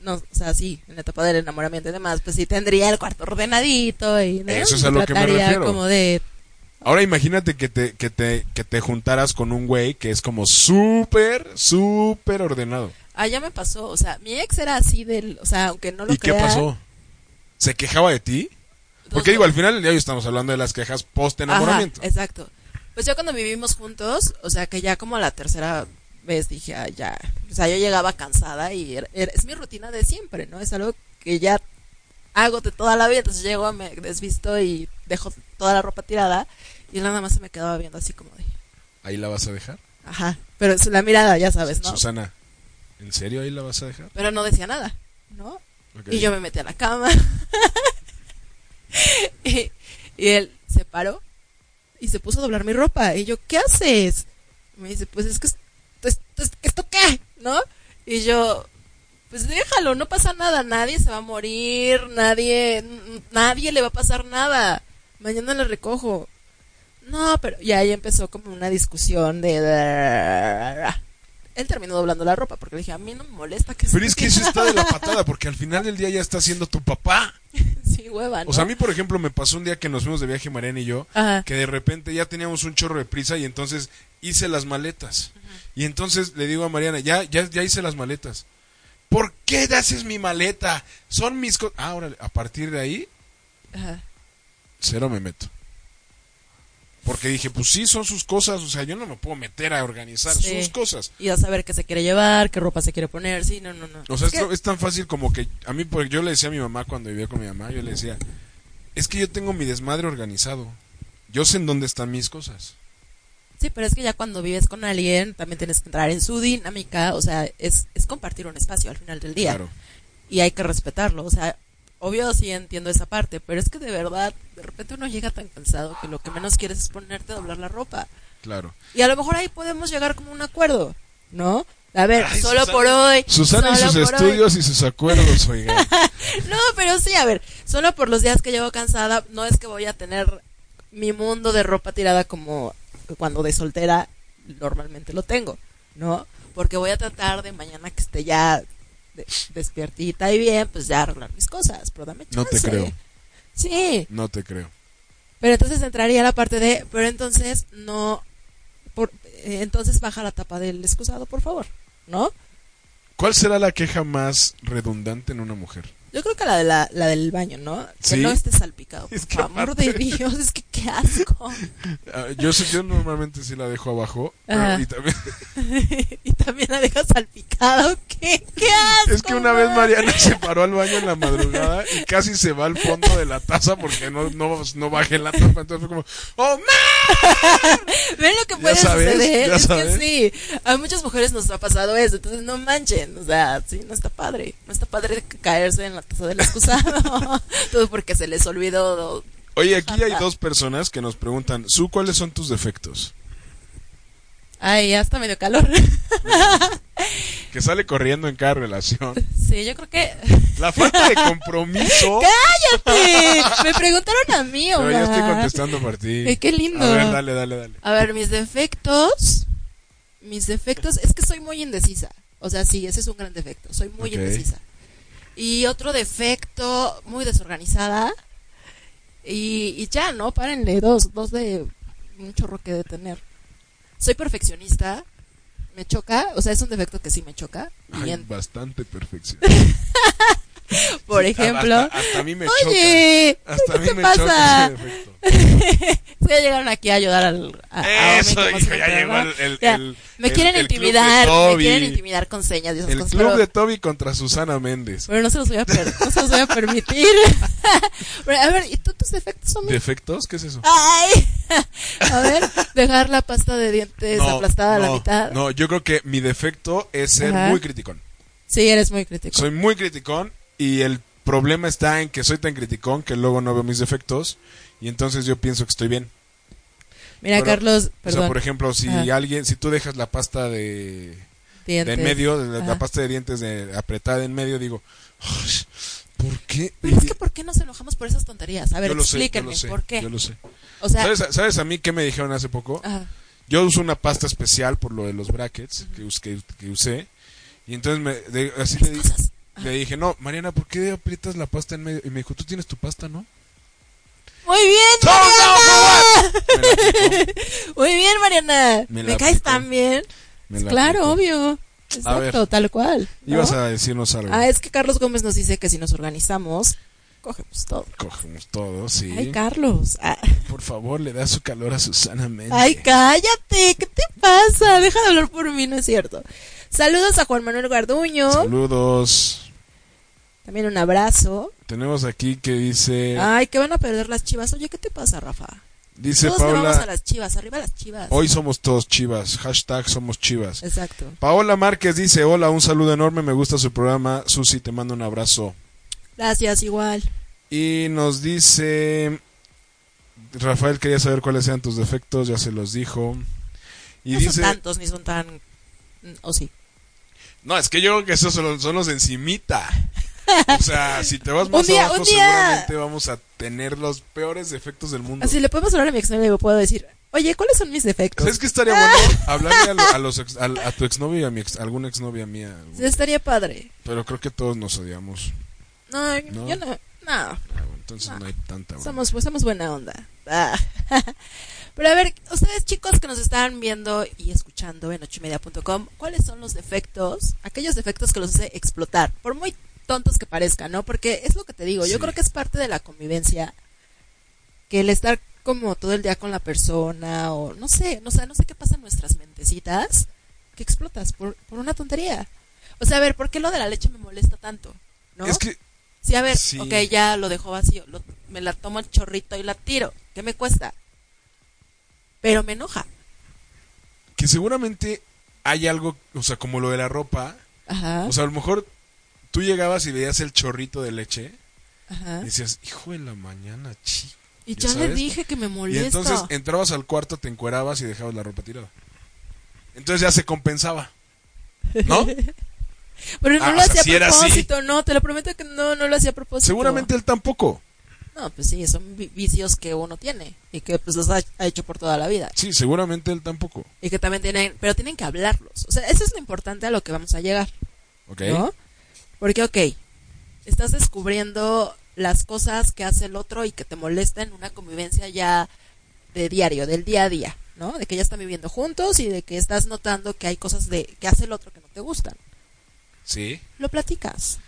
[SPEAKER 3] No, o sea, sí, en la etapa del enamoramiento y demás, pues sí tendría el cuarto ordenadito y. ¿no?
[SPEAKER 2] Eso es a lo que me
[SPEAKER 3] Trataría
[SPEAKER 2] refiero.
[SPEAKER 3] como de.
[SPEAKER 2] Ahora imagínate que te, que te, que te juntaras con un güey que es como súper, súper ordenado.
[SPEAKER 3] Ah, ya me pasó. O sea, mi ex era así del. O sea, aunque no lo
[SPEAKER 2] ¿Y qué
[SPEAKER 3] crea,
[SPEAKER 2] pasó? ¿Se quejaba de ti?
[SPEAKER 3] dos-
[SPEAKER 2] Porque digo, al final del día hoy estamos hablando de las quejas
[SPEAKER 3] Ajá,
[SPEAKER 2] post-enamoramiento.
[SPEAKER 3] exacto. Pues yo cuando vivimos juntos, o sea, que ya como la tercera vez dije, "Ah, ya. O sea, yo llegaba cansada y era- era- es mi rutina de siempre, ¿no? Es algo que ya hago de toda la vida. Entonces llego, me desvisto y dejo toda la ropa tirada. Y él nada más se me quedaba viendo así como de,
[SPEAKER 2] ¿Ahí la vas a dejar?
[SPEAKER 3] ajá. Pero es la mirada, ya sabes, ¿no?
[SPEAKER 2] Susana, ¿en serio ahí la vas a dejar?
[SPEAKER 3] Pero no decía nada, ¿no?
[SPEAKER 2] Ok.
[SPEAKER 3] Y yo me metí a la cama. y, y él se paró y se puso a doblar mi ropa. Y yo, ¿qué haces? Me dice, pues es que es- es- es- esto qué, ¿no? Y yo, pues déjalo, no pasa nada, nadie se va a morir, nadie, n- nadie le va a pasar nada. Mañana le recojo. No, pero y ahí empezó como una discusión de... Él terminó doblando la ropa porque le dije, a mí no me molesta que...
[SPEAKER 2] Pero es que eso está de la patada, porque al final del día ya está siendo tu papá.
[SPEAKER 3] Sí, hueva, Ah, ¿no? Ah.
[SPEAKER 2] O sea, a mí, por ejemplo, me pasó un día que nos fuimos de viaje, Mariana y yo,
[SPEAKER 3] Ajá.
[SPEAKER 2] que de repente ya teníamos un chorro de prisa y entonces hice las maletas. Y entonces le digo a Mariana, ya, ya, ya hice las maletas. ¿Por qué haces mi maleta? Son mis cosas. Ah, órale, a partir de ahí,
[SPEAKER 3] Ajá.
[SPEAKER 2] cero me meto. Porque dije, pues sí, son sus cosas, o sea, yo no me puedo meter a organizar
[SPEAKER 3] Sí.
[SPEAKER 2] sus cosas.
[SPEAKER 3] Y a saber qué se quiere llevar, qué ropa se quiere poner, sí, no, no, no.
[SPEAKER 2] O sea,
[SPEAKER 3] Es que-
[SPEAKER 2] esto es tan fácil como que a mí, porque yo le decía a mi mamá cuando vivía con mi mamá, yo le decía, es que yo tengo mi desmadre organizado. Yo sé en dónde están mis cosas.
[SPEAKER 3] Sí, pero es que ya cuando vives con alguien también tienes que entrar en su dinámica, o sea, es, es compartir un espacio al final del día.
[SPEAKER 2] Claro.
[SPEAKER 3] Y hay que respetarlo, o sea, obvio sí entiendo esa parte, pero es que de verdad, de repente uno llega tan cansado que lo que menos quieres es ponerte a doblar la ropa.
[SPEAKER 2] Claro.
[SPEAKER 3] Y a lo mejor ahí podemos llegar como a un acuerdo, ¿no? A ver,
[SPEAKER 2] Ay,
[SPEAKER 3] solo
[SPEAKER 2] Susana-
[SPEAKER 3] por hoy.
[SPEAKER 2] Susana y
[SPEAKER 3] solo
[SPEAKER 2] sus
[SPEAKER 3] por hoy.
[SPEAKER 2] estudios y sus acuerdos, oiga.
[SPEAKER 3] No, pero sí, a ver, solo por los días que llevo cansada, no es que voy a tener mi mundo de ropa tirada como cuando de soltera normalmente lo tengo, ¿no? Porque voy a tratar de mañana que esté ya de- despiertita y bien, pues ya arreglar mis cosas, pero dame
[SPEAKER 2] No te
[SPEAKER 3] chance.
[SPEAKER 2] creo.
[SPEAKER 3] Sí,
[SPEAKER 2] No te creo.
[SPEAKER 3] pero entonces entraría la parte de, pero entonces no, por, eh, entonces baja la tapa del excusado, por favor, ¿no?
[SPEAKER 2] ¿Cuál será la queja más redundante en una mujer?
[SPEAKER 3] Yo creo que la, de la, la del baño, ¿no?
[SPEAKER 2] Sí.
[SPEAKER 3] Que no esté salpicado. Por
[SPEAKER 2] Es que
[SPEAKER 3] amor
[SPEAKER 2] aparte-
[SPEAKER 3] de Dios, es que qué asco.
[SPEAKER 2] Ah, yo, sé- yo normalmente sí la dejo abajo. pero-
[SPEAKER 3] Ajá.
[SPEAKER 2] y también-
[SPEAKER 3] y también la dejas salpicada, ¿o ¿qué? ¡Qué asco!
[SPEAKER 2] es que una vez
[SPEAKER 3] man!
[SPEAKER 2] Mariana se paró al baño en la madrugada y casi se va al fondo de la taza porque no, no, no bajé la tapa. Entonces fue como, ¡Oh,
[SPEAKER 3] ¿Ven lo que
[SPEAKER 2] Ya
[SPEAKER 3] puede
[SPEAKER 2] sabes,
[SPEAKER 3] suceder?
[SPEAKER 2] ya
[SPEAKER 3] Es
[SPEAKER 2] sabes.
[SPEAKER 3] que sí. A muchas mujeres nos ha pasado eso, entonces no manchen. O sea, sí, no está padre. No está padre caerse en la taza del excusado. Todo porque se les olvidó.
[SPEAKER 2] Oye, aquí hay
[SPEAKER 3] Ajá.
[SPEAKER 2] dos personas que nos preguntan, Su, ¿cuáles son tus defectos?
[SPEAKER 3] Ay, ya está medio calor.
[SPEAKER 2] Que sale corriendo en cada relación.
[SPEAKER 3] sí, yo creo que.
[SPEAKER 2] La falta de compromiso.
[SPEAKER 3] ¡Cállate! Me preguntaron a mí,
[SPEAKER 2] Pero yo estoy
[SPEAKER 3] Omar.
[SPEAKER 2] contestando por ti.
[SPEAKER 3] Ay, qué lindo.
[SPEAKER 2] A ver, dale, dale, dale.
[SPEAKER 3] A ver, mis defectos. Mis defectos. Es que soy muy indecisa. O sea, sí, ese es un gran defecto. Soy muy
[SPEAKER 2] Ok.
[SPEAKER 3] indecisa. Y otro defecto, muy desorganizada. Y, y ya, ¿no? Párenle, dos, dos de un chorro que de tener. Soy perfeccionista. Me choca. O sea, es un defecto que sí me choca. Y
[SPEAKER 2] Ay,
[SPEAKER 3] en-
[SPEAKER 2] bastante perfección.
[SPEAKER 3] por
[SPEAKER 2] Sí,
[SPEAKER 3] ejemplo.
[SPEAKER 2] Hasta, hasta a mí me
[SPEAKER 3] Oye,
[SPEAKER 2] choca. Hasta a
[SPEAKER 3] ¿qué
[SPEAKER 2] mí
[SPEAKER 3] te
[SPEAKER 2] me
[SPEAKER 3] pasa?
[SPEAKER 2] choca ese defecto.
[SPEAKER 3] pues ya llegaron aquí a ayudar al. A, a
[SPEAKER 2] Eso,
[SPEAKER 3] Omi, como
[SPEAKER 2] hijo,
[SPEAKER 3] siempre,
[SPEAKER 2] ya llegó
[SPEAKER 3] ¿verdad?
[SPEAKER 2] el- el-
[SPEAKER 3] Ya,
[SPEAKER 2] el-
[SPEAKER 3] me
[SPEAKER 2] el-
[SPEAKER 3] quieren
[SPEAKER 2] el club de
[SPEAKER 3] intimidar, me
[SPEAKER 2] Toby.
[SPEAKER 3] quieren intimidar con señas y esas
[SPEAKER 2] El
[SPEAKER 3] cosas,
[SPEAKER 2] club
[SPEAKER 3] pero-
[SPEAKER 2] de Toby contra Susana Méndez.
[SPEAKER 3] pero no se los voy a, per- no se los voy a permitir. Pero, a ver, ¿y tú tus defectos son
[SPEAKER 2] ¿Defectos? ¿Qué es
[SPEAKER 3] Ah,
[SPEAKER 2] eso?
[SPEAKER 3] Ay, a ver, dejar la pasta de dientes aplastada a la
[SPEAKER 2] no,
[SPEAKER 3] mitad.
[SPEAKER 2] No, yo creo que mi defecto es ser
[SPEAKER 3] Ajá.
[SPEAKER 2] muy criticón.
[SPEAKER 3] Sí, eres muy crítico.
[SPEAKER 2] Soy muy criticón y el problema está en que soy tan criticón que luego no veo mis defectos y entonces yo pienso que estoy bien.
[SPEAKER 3] Mira,
[SPEAKER 2] pero-
[SPEAKER 3] Carlos,
[SPEAKER 2] O
[SPEAKER 3] perdón.
[SPEAKER 2] sea, por ejemplo, si
[SPEAKER 3] Ajá.
[SPEAKER 2] alguien, si tú dejas la pasta de, de
[SPEAKER 3] dientes.
[SPEAKER 2] en medio, de la, la
[SPEAKER 3] Ajá.
[SPEAKER 2] pasta de dientes de, apretada en medio, digo, "Ay, ¿por qué?
[SPEAKER 3] Pero es que ¿por qué nos enojamos por esas tonterías? A ver,
[SPEAKER 2] Yo lo sé, yo
[SPEAKER 3] explíquenme,
[SPEAKER 2] lo sé,
[SPEAKER 3] ¿por qué?
[SPEAKER 2] Yo lo sé.
[SPEAKER 3] O sea, Ah.
[SPEAKER 2] ¿Sabes, sabes a mí qué me dijeron hace poco?
[SPEAKER 3] ajá,
[SPEAKER 2] Yo uso una pasta especial por lo de los brackets que, us- que, que usé. Y entonces me, de- así le, di-
[SPEAKER 3] cosas.
[SPEAKER 2] le dije, no, Mariana, ¿por qué aprietas la pasta en medio? Y me dijo, tú tienes tu pasta, ¿no?
[SPEAKER 3] Muy bien,
[SPEAKER 2] ¡No, no,
[SPEAKER 3] Mariana.
[SPEAKER 2] Me la aplicó,
[SPEAKER 3] Muy bien, Mariana.
[SPEAKER 2] Me
[SPEAKER 3] Me,
[SPEAKER 2] la
[SPEAKER 3] caes
[SPEAKER 2] aplicó.
[SPEAKER 3] tan bien.
[SPEAKER 2] me la
[SPEAKER 3] Claro,
[SPEAKER 2] aplicó.
[SPEAKER 3] obvio.
[SPEAKER 2] A
[SPEAKER 3] Exacto,
[SPEAKER 2] ver.
[SPEAKER 3] tal cual. ¿no?
[SPEAKER 2] Ibas a decirnos algo.
[SPEAKER 3] Ah, es que Carlos Gómez nos dice que si nos organizamos, cogemos todo.
[SPEAKER 2] Cogemos todo, sí.
[SPEAKER 3] Ay, Carlos. Ah.
[SPEAKER 2] Por favor, le da su calor a Susana Méndez.
[SPEAKER 3] Ay, cállate. ¿Qué te pasa? Deja de hablar por mí, no es cierto. Saludos a Juan Manuel Garduño.
[SPEAKER 2] Saludos.
[SPEAKER 3] También un abrazo.
[SPEAKER 2] Tenemos aquí que dice,
[SPEAKER 3] Ay, que van a perder las chivas. Oye, ¿qué te pasa, Rafa?
[SPEAKER 2] dice
[SPEAKER 3] Todos le vamos a
[SPEAKER 2] Paola,
[SPEAKER 3] las chivas. Arriba las chivas.
[SPEAKER 2] hoy somos todos chivas, hashtag somos chivas.
[SPEAKER 3] Exacto.
[SPEAKER 2] Paola Márquez dice, hola, un saludo enorme, me gusta su programa, Susi, te mando un abrazo.
[SPEAKER 3] Gracias, igual.
[SPEAKER 2] Y nos dice, Rafael quería saber cuáles eran tus defectos, ya se los dijo. Y
[SPEAKER 3] no
[SPEAKER 2] dice,
[SPEAKER 3] son tantos, ni son tan... mm, O sí.
[SPEAKER 2] no, es que yo creo que esos son los, son los de encimita. O sea, si te vas
[SPEAKER 3] Un
[SPEAKER 2] más
[SPEAKER 3] día,
[SPEAKER 2] abajo,
[SPEAKER 3] un día.
[SPEAKER 2] seguramente vamos a tener los peores defectos del mundo.
[SPEAKER 3] Así le podemos hablar a mi exnovio y le puedo decir, oye, ¿cuáles son mis defectos?
[SPEAKER 2] ¿Sabes qué estaría bueno?
[SPEAKER 3] Ah.
[SPEAKER 2] Hablarle a, lo- a los ex- al- a tu exnovio y a mi ex, a alguna exnovia mía. algún-
[SPEAKER 3] Estaría padre.
[SPEAKER 2] Pero creo que todos nos odiamos.
[SPEAKER 3] No,
[SPEAKER 2] No.
[SPEAKER 3] yo no. No,
[SPEAKER 2] Ah, bueno, Entonces no hay tanta. bronca.
[SPEAKER 3] somos, pues, somos buena onda. Ah. Pero a ver, ustedes chicos que nos están viendo y escuchando en ochimedia.com, ¿cuáles son los defectos? Aquellos defectos que los hace explotar, por muy tontos que parezcan, ¿no? Porque es lo que te digo,
[SPEAKER 2] Sí.
[SPEAKER 3] yo creo que es parte de la convivencia que el estar como todo el día con la persona o no sé, no sé, no sé qué pasa en nuestras mentecitas que explotas por, por una tontería. O sea, a ver, ¿por qué lo de la leche me molesta tanto? ¿No?
[SPEAKER 2] Es que
[SPEAKER 3] Sí, a ver,
[SPEAKER 2] Sí.
[SPEAKER 3] ok, ya lo dejo vacío. lo- me la tomo el chorrito y la tiro. ¿Qué me cuesta? Pero me enoja.
[SPEAKER 2] que seguramente hay algo, o sea, como lo de la ropa.
[SPEAKER 3] Ajá.
[SPEAKER 2] O sea, a lo mejor tú llegabas y veías el chorrito de leche
[SPEAKER 3] ajá.
[SPEAKER 2] y decías, hijo de la mañana, chi.
[SPEAKER 3] Ah. Y
[SPEAKER 2] ya
[SPEAKER 3] ya, le
[SPEAKER 2] sabes.
[SPEAKER 3] dije que me
[SPEAKER 2] Y
[SPEAKER 3] molesta.
[SPEAKER 2] entonces eh, entrabas al cuarto, te encuerabas y dejabas la ropa tirada. Entonces ya se compensaba. ¿No?
[SPEAKER 3] Pero no
[SPEAKER 2] Ah, o
[SPEAKER 3] lo
[SPEAKER 2] sea,
[SPEAKER 3] hacía
[SPEAKER 2] sí
[SPEAKER 3] a
[SPEAKER 2] era así.
[SPEAKER 3] propósito, no, te lo prometo que no, no lo hacía a propósito.
[SPEAKER 2] Seguramente él tampoco.
[SPEAKER 3] No, pues sí, son vi- vicios que uno tiene y que pues los ha, ha hecho por toda la vida.
[SPEAKER 2] Sí, seguramente él tampoco.
[SPEAKER 3] Y que también tienen, pero tienen que hablarlos. O sea, eso es lo importante a lo que vamos a llegar.
[SPEAKER 2] ¿Ok?
[SPEAKER 3] ¿no? Porque, ok, estás descubriendo las cosas que hace el otro y que te molesta en una convivencia ya de diario, del día a día, ¿no? De que ya están viviendo juntos y de que estás notando que hay cosas de que hace el otro que no te gustan.
[SPEAKER 2] Sí.
[SPEAKER 3] Lo platicas.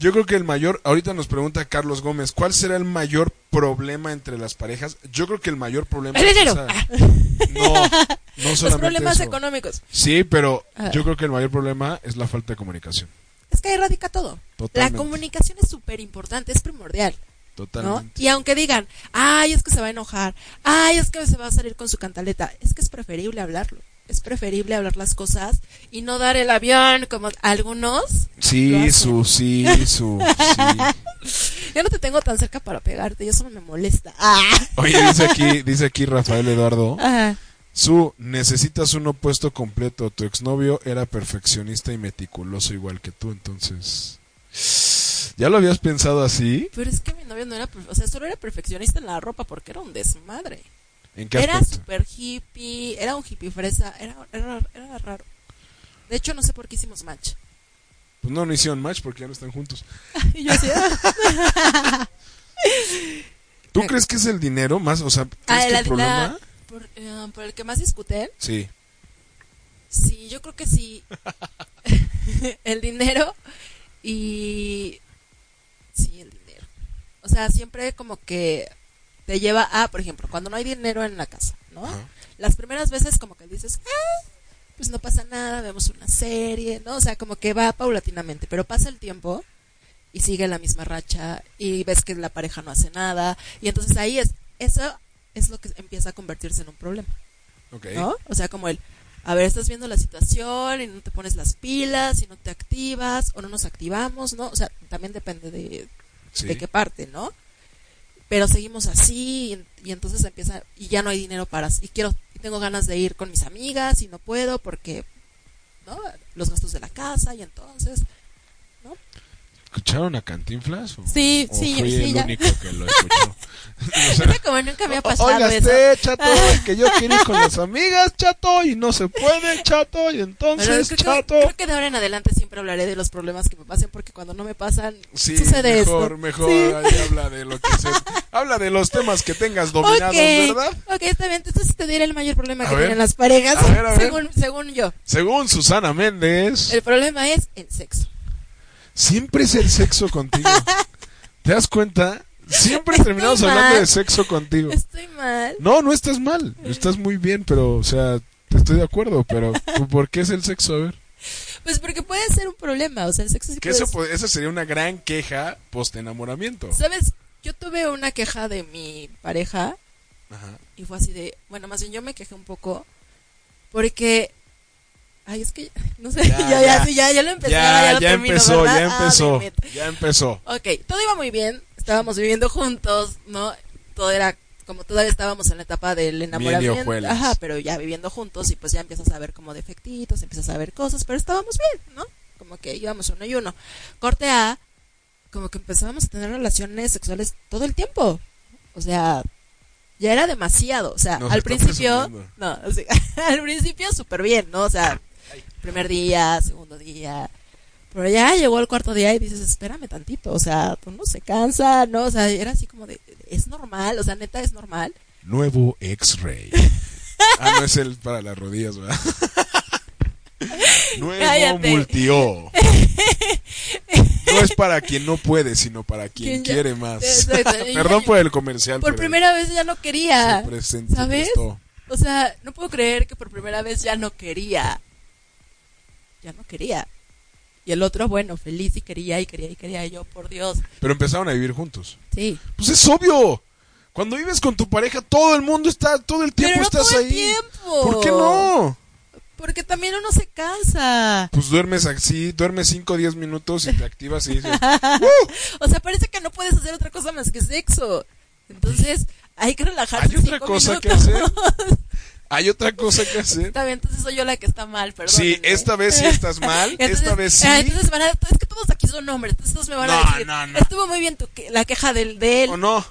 [SPEAKER 2] Yo creo que el mayor, ahorita nos pregunta Carlos Gómez, ¿cuál será el mayor problema entre las parejas? Yo creo que el mayor problema
[SPEAKER 3] ¡El
[SPEAKER 2] es
[SPEAKER 3] dinero!
[SPEAKER 2] esa-
[SPEAKER 3] Ah.
[SPEAKER 2] Em, no, no
[SPEAKER 3] Los
[SPEAKER 2] solamente
[SPEAKER 3] problemas
[SPEAKER 2] eso.
[SPEAKER 3] económicos.
[SPEAKER 2] Sí, pero
[SPEAKER 3] Ah.
[SPEAKER 2] yo creo que el mayor problema es la falta de comunicación.
[SPEAKER 3] Es que ahí radica todo.
[SPEAKER 2] Totalmente.
[SPEAKER 3] La comunicación es súper importante, es primordial. ¿no?
[SPEAKER 2] Totalmente.
[SPEAKER 3] Y aunque digan, ay, es que se va a enojar, ay, es que se va a salir con su cantaleta, es que es preferible hablarlo. Es preferible hablar las cosas y no dar el avión como algunos. Lo
[SPEAKER 2] Sí,
[SPEAKER 3] hacen.
[SPEAKER 2] su, sí, su, sí.
[SPEAKER 3] Ya no te tengo tan cerca para pegarte y eso me molesta. Ah,
[SPEAKER 2] Oye, dice aquí, dice aquí Rafael Eduardo,
[SPEAKER 3] ah.
[SPEAKER 2] su, necesitas un opuesto completo. Tu exnovio era perfeccionista y meticuloso igual que tú, entonces... ¿Ya lo habías pensado así?
[SPEAKER 3] Pero es que mi novio no era, perfe- o sea, solo era perfeccionista en la ropa porque era un desmadre.
[SPEAKER 2] ¿En qué
[SPEAKER 3] Era
[SPEAKER 2] aspecto?
[SPEAKER 3] súper hippie, era un hippie fresa, era, era, era raro. De hecho, no sé por qué hicimos match.
[SPEAKER 2] Pues no, no hicieron match porque ya no están juntos.
[SPEAKER 3] Y yo así, ah.
[SPEAKER 2] ¿Tú crees que es el dinero más? O sea, ¿crees
[SPEAKER 3] Ah,
[SPEAKER 2] que
[SPEAKER 3] la-
[SPEAKER 2] el problema?
[SPEAKER 3] la- por, eh, por el que más discuten,
[SPEAKER 2] Sí.
[SPEAKER 3] Sí, yo creo que sí. el dinero y... Sí, el dinero. O sea, siempre como que te lleva a, por ejemplo, cuando no hay dinero en la casa, ¿no?
[SPEAKER 2] Ajá.
[SPEAKER 3] Las primeras veces como que dices, ah, pues no pasa nada, vemos una serie, ¿no? O sea, como que va paulatinamente, pero pasa el tiempo y sigue la misma racha y ves que la pareja no hace nada y entonces ahí es, eso es lo que empieza a convertirse en un problema.
[SPEAKER 2] Ok.
[SPEAKER 3] ¿no? O sea, como el, a ver, estás viendo la situación y no te pones las pilas y no te activas o no nos activamos, ¿no? O sea, también depende de,
[SPEAKER 2] Sí.
[SPEAKER 3] de qué parte, ¿no? Pero seguimos así y, y entonces empieza y ya no hay dinero para y quiero y tengo ganas de ir con mis amigas y no puedo porque ¿no? los gastos de la casa y entonces
[SPEAKER 2] ¿Escucharon a Cantinflas? o-
[SPEAKER 3] Sí,
[SPEAKER 2] o
[SPEAKER 3] sí,
[SPEAKER 2] fui
[SPEAKER 3] sí,
[SPEAKER 2] el
[SPEAKER 3] ya.
[SPEAKER 2] único que lo escuchó. O sea,
[SPEAKER 3] Neta, como nunca me ha pasado
[SPEAKER 2] Oiga este,
[SPEAKER 3] eso.
[SPEAKER 2] usted, chato, que yo quiero ir con las amigas, chato, y no se puede, chato, y
[SPEAKER 3] Pero
[SPEAKER 2] entonces,
[SPEAKER 3] creo, que,
[SPEAKER 2] chato.
[SPEAKER 3] creo que de ahora en adelante siempre hablaré de los problemas que me pasan porque cuando no me pasan
[SPEAKER 2] Sí,
[SPEAKER 3] sucede
[SPEAKER 2] mejor,
[SPEAKER 3] esto.
[SPEAKER 2] mejor,
[SPEAKER 3] Sí.
[SPEAKER 2] ahí habla de lo que se... Habla de los temas que tengas dominados,
[SPEAKER 3] Ok,
[SPEAKER 2] ¿verdad?
[SPEAKER 3] Ok, está bien. Entonces te diré el mayor problema
[SPEAKER 2] A
[SPEAKER 3] que
[SPEAKER 2] ver.
[SPEAKER 3] tienen las parejas,
[SPEAKER 2] A ver, a ver.
[SPEAKER 3] Según, según yo.
[SPEAKER 2] Según Susana Méndez,
[SPEAKER 3] El problema es el sexo.
[SPEAKER 2] siempre es el sexo contigo. ¿Te das cuenta? Siempre
[SPEAKER 3] Estoy
[SPEAKER 2] terminamos
[SPEAKER 3] mal.
[SPEAKER 2] hablando de sexo contigo.
[SPEAKER 3] Estoy mal.
[SPEAKER 2] No, no estás mal, estás muy bien, pero, o sea, te estoy de acuerdo, pero ¿por qué es el sexo? A ver.
[SPEAKER 3] Pues porque puede ser un problema. O sea, el sexo sí
[SPEAKER 2] Que
[SPEAKER 3] puede
[SPEAKER 2] eso,
[SPEAKER 3] ser-
[SPEAKER 2] po- esa sería una gran queja post-enamoramiento.
[SPEAKER 3] ¿Sabes? Yo tuve una queja de mi pareja
[SPEAKER 2] Ajá.
[SPEAKER 3] y fue así de. Bueno, más bien yo me quejé un poco porque. Ay, es que. No sé.
[SPEAKER 2] Ya,
[SPEAKER 3] Ya, ya,
[SPEAKER 2] ya.
[SPEAKER 3] sí, ya, ya lo empecé. ahora
[SPEAKER 2] Ya,
[SPEAKER 3] lo
[SPEAKER 2] ya
[SPEAKER 3] termino,
[SPEAKER 2] empezó,
[SPEAKER 3] ¿verdad?
[SPEAKER 2] ya
[SPEAKER 3] Ah,
[SPEAKER 2] empezó,
[SPEAKER 3] damn it.
[SPEAKER 2] ya empezó.
[SPEAKER 3] Ok, todo iba muy bien, estábamos viviendo juntos, ¿no? Todo era como todavía estábamos en la etapa del enamoramiento.
[SPEAKER 2] hojuelas.
[SPEAKER 3] Ajá, pero ya viviendo juntos y pues ya empiezas a ver como defectitos, empiezas a ver cosas, pero estábamos bien, ¿no? Como que íbamos uno y uno. Corte A, como que empezábamos a tener relaciones sexuales todo el tiempo. O sea, ya era demasiado. O sea,
[SPEAKER 2] Nos
[SPEAKER 3] al
[SPEAKER 2] está
[SPEAKER 3] principio,
[SPEAKER 2] presumiendo.
[SPEAKER 3] no, o sea, al principio súper bien, ¿no? O sea, primer día, segundo día. Pero ya llegó el cuarto día y dices, espérame tantito, o sea, tú no se cansa, ¿no? O sea, era así como de, es normal, o sea, neta es normal.
[SPEAKER 2] Nuevo X-Ray. Ah, no es el para las rodillas, ¿verdad? Nuevo
[SPEAKER 3] Cállate.
[SPEAKER 2] multi-O. No es para quien no puede, sino para quien
[SPEAKER 3] Quien ya-
[SPEAKER 2] quiere más.
[SPEAKER 3] Exacto, y
[SPEAKER 2] Perdón
[SPEAKER 3] ya-
[SPEAKER 2] por el comercial.
[SPEAKER 3] Por
[SPEAKER 2] pero
[SPEAKER 3] primera vez ya no quería.
[SPEAKER 2] se presen- se
[SPEAKER 3] ¿Sabes?
[SPEAKER 2] prestó.
[SPEAKER 3] O sea, no puedo creer que por primera vez ya no quería. Ya no quería. Y el otro, bueno, feliz y quería y quería y quería. Y yo, por Dios.
[SPEAKER 2] Pero empezaron a vivir juntos.
[SPEAKER 3] Sí.
[SPEAKER 2] Pues es obvio. Cuando vives con tu pareja, todo el mundo está, todo el tiempo
[SPEAKER 3] Pero no
[SPEAKER 2] estás
[SPEAKER 3] todo el
[SPEAKER 2] ahí.
[SPEAKER 3] tiempo.
[SPEAKER 2] ¿Por qué no?
[SPEAKER 3] Porque también uno se cansa.
[SPEAKER 2] Pues duermes así, duermes 5 o 10 minutos y te activas y dices, "Uh,
[SPEAKER 3] O sea, parece que no puedes hacer otra cosa más que sexo. Entonces, hay que relajarse.
[SPEAKER 2] Hay otra
[SPEAKER 3] cinco
[SPEAKER 2] cosa que
[SPEAKER 3] minutos.
[SPEAKER 2] hay otra cosa que hacer.
[SPEAKER 3] Está bien, entonces soy yo la que está mal, perdón.
[SPEAKER 2] Sí, esta vez sí estás mal, esta vez sí.
[SPEAKER 3] Entonces van a, es que todos aquí son hombres, entonces todos me van a
[SPEAKER 2] No,
[SPEAKER 3] decir.
[SPEAKER 2] no, no.
[SPEAKER 3] Estuvo muy bien tu que- la queja del, de él.
[SPEAKER 2] ¿O no? O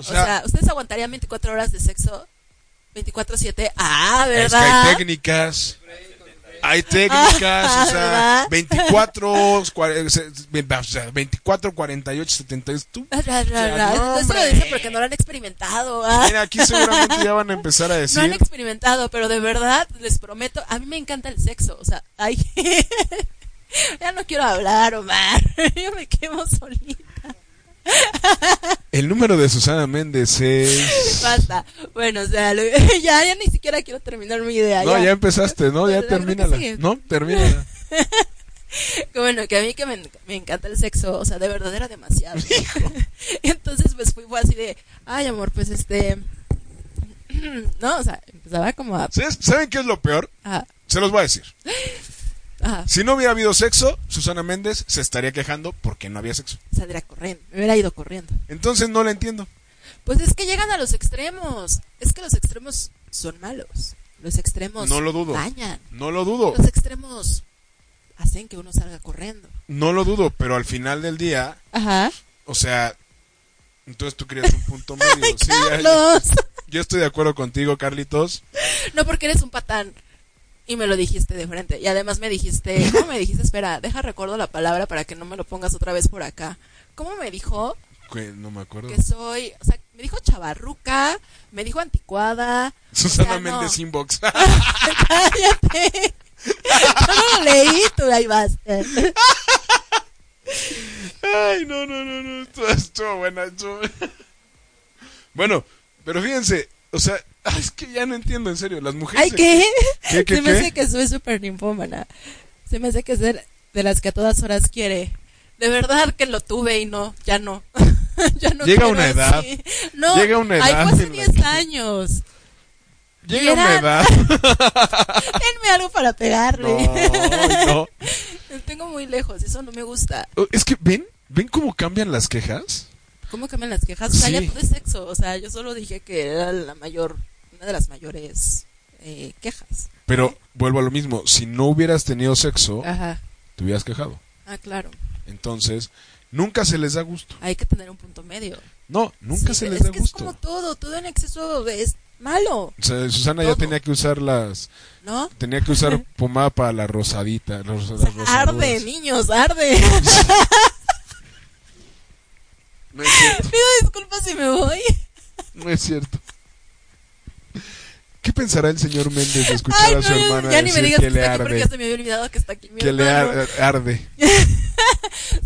[SPEAKER 3] O
[SPEAKER 2] sea,
[SPEAKER 3] sea, ¿ustedes aguantarían 24 horas de sexo? 24-7. Ah,
[SPEAKER 2] es que hay
[SPEAKER 3] ¿verdad?
[SPEAKER 2] técnicas. Hay técnicas,
[SPEAKER 3] Ah,
[SPEAKER 2] o sea,
[SPEAKER 3] ¿verdad?
[SPEAKER 2] 24, cuare- se- ve- o sea, 24, 48, 72. Tú,
[SPEAKER 3] Ra, ra, ra,
[SPEAKER 2] Ya,
[SPEAKER 3] ra.
[SPEAKER 2] no,
[SPEAKER 3] Esto lo
[SPEAKER 2] hombre.
[SPEAKER 3] dicen porque no lo han experimentado. ah.
[SPEAKER 2] mira, aquí seguramente ya van a empezar a
[SPEAKER 3] No han
[SPEAKER 2] decir.
[SPEAKER 3] experimentado, pero de verdad, les prometo, a mí me encanta el sexo. O sea, ay, ya no quiero hablar, Omar. Yo me quemo solita.
[SPEAKER 2] El número de Susana Méndez es.
[SPEAKER 3] Basta. Bueno, o sea, lo- ya, ya ni siquiera quiero terminar mi idea.
[SPEAKER 2] No,
[SPEAKER 3] ya.
[SPEAKER 2] ya empezaste, ¿no? Ya
[SPEAKER 3] Pero creo que
[SPEAKER 2] termínala.
[SPEAKER 3] sigue.
[SPEAKER 2] No, termínala.
[SPEAKER 3] Que bueno, que a mí que me, me encanta el sexo, o sea, de verdad era demasiado. Y Entonces, pues fui fue así de, ay, amor, pues este. No, o sea, empezaba como a.
[SPEAKER 2] ¿Sabes- ¿Saben qué es lo peor?
[SPEAKER 3] a-
[SPEAKER 2] Se los voy a decir.
[SPEAKER 3] a
[SPEAKER 2] Si no hubiera habido sexo, Susana Méndez se estaría quejando porque no había sexo.
[SPEAKER 3] salir a corriendo, me hubiera ido corriendo.
[SPEAKER 2] Entonces no la entiendo.
[SPEAKER 3] Pues es que llegan a los extremos. Es que los extremos son malos. Los extremos
[SPEAKER 2] No lo dudo.
[SPEAKER 3] dañan.
[SPEAKER 2] No lo dudo.
[SPEAKER 3] Los extremos hacen que uno salga corriendo.
[SPEAKER 2] No lo dudo, pero al final del día,
[SPEAKER 3] Ajá.
[SPEAKER 2] o sea, entonces tú querías un punto medio. Sí, ya-
[SPEAKER 3] Carlos.
[SPEAKER 2] yo estoy de acuerdo contigo, Carlitos.
[SPEAKER 3] No porque eres un patán. Y me lo dijiste de frente. Y además me dijiste, ¿cómo me dijiste? Espera, deja recuerdo la palabra para que no me lo pongas otra vez por acá. ¿Cómo me dijo
[SPEAKER 2] Que no me acuerdo.
[SPEAKER 3] que soy? O sea, me dijo chavarruca, me dijo anticuada. o sea,
[SPEAKER 2] Susana
[SPEAKER 3] no.
[SPEAKER 2] Méndez Inbox.
[SPEAKER 3] Cállate. Yo no lo leí, tú ahí vas.
[SPEAKER 2] Ay, no, no, no, no. Estuvo, estuvo buena. estuvo- Bueno, pero fíjense, o sea, es que ya no entiendo, en serio, las mujeres...
[SPEAKER 3] Ay, ¿qué?
[SPEAKER 2] ¿Qué, qué,
[SPEAKER 3] Se me
[SPEAKER 2] qué?
[SPEAKER 3] hace que soy súper ninfómana. Se me hace que es de, de las que a todas horas quiere. De verdad que lo tuve y no, ya no. ya no
[SPEAKER 2] Llega
[SPEAKER 3] quiero
[SPEAKER 2] una edad.
[SPEAKER 3] así. No,
[SPEAKER 2] Llega una
[SPEAKER 3] ay,
[SPEAKER 2] edad
[SPEAKER 3] fue hace
[SPEAKER 2] en la
[SPEAKER 3] 10
[SPEAKER 2] que-
[SPEAKER 3] años.
[SPEAKER 2] Llega una
[SPEAKER 3] Eran-
[SPEAKER 2] edad...
[SPEAKER 3] Denme algo para pegarle.
[SPEAKER 2] No,
[SPEAKER 3] Tengo muy lejos, eso no me gusta.
[SPEAKER 2] no. Oh, Es que ven, ven cómo cambian las quejas.
[SPEAKER 3] ¿Cómo cambian las quejas? O sea,
[SPEAKER 2] Sí.
[SPEAKER 3] ya todo es sexo. O sea, yo solo dije que era la mayor, una de las mayores eh, quejas.
[SPEAKER 2] Pero vuelvo a lo mismo, si no hubieras tenido sexo,
[SPEAKER 3] Ajá.
[SPEAKER 2] te hubieras quejado.
[SPEAKER 3] Ah, claro.
[SPEAKER 2] Entonces, nunca se les da gusto.
[SPEAKER 3] Hay que tener un punto medio.
[SPEAKER 2] No, nunca
[SPEAKER 3] Sí,
[SPEAKER 2] se les
[SPEAKER 3] es
[SPEAKER 2] da
[SPEAKER 3] que Es
[SPEAKER 2] gusto.
[SPEAKER 3] como todo, todo en exceso es malo,
[SPEAKER 2] O sea, Susana ya
[SPEAKER 3] todo.
[SPEAKER 2] tenía que usar las,
[SPEAKER 3] ¿no?
[SPEAKER 2] tenía que usar pomada para la rosadita, las ros-
[SPEAKER 3] O sea,
[SPEAKER 2] las rosaduras.
[SPEAKER 3] arde, niños, arde.
[SPEAKER 2] No es cierto,
[SPEAKER 3] Pido disculpas si me voy.
[SPEAKER 2] no es cierto. ¿Qué pensará el señor Méndez de escuchar
[SPEAKER 3] Ay,
[SPEAKER 2] a
[SPEAKER 3] no,
[SPEAKER 2] su hermana
[SPEAKER 3] ya ni me
[SPEAKER 2] decir
[SPEAKER 3] digas
[SPEAKER 2] que
[SPEAKER 3] que
[SPEAKER 2] le
[SPEAKER 3] está aquí porque
[SPEAKER 2] arde?
[SPEAKER 3] ya se me había olvidado que está aquí. mi
[SPEAKER 2] Que le
[SPEAKER 3] hermano.
[SPEAKER 2] ar- arde.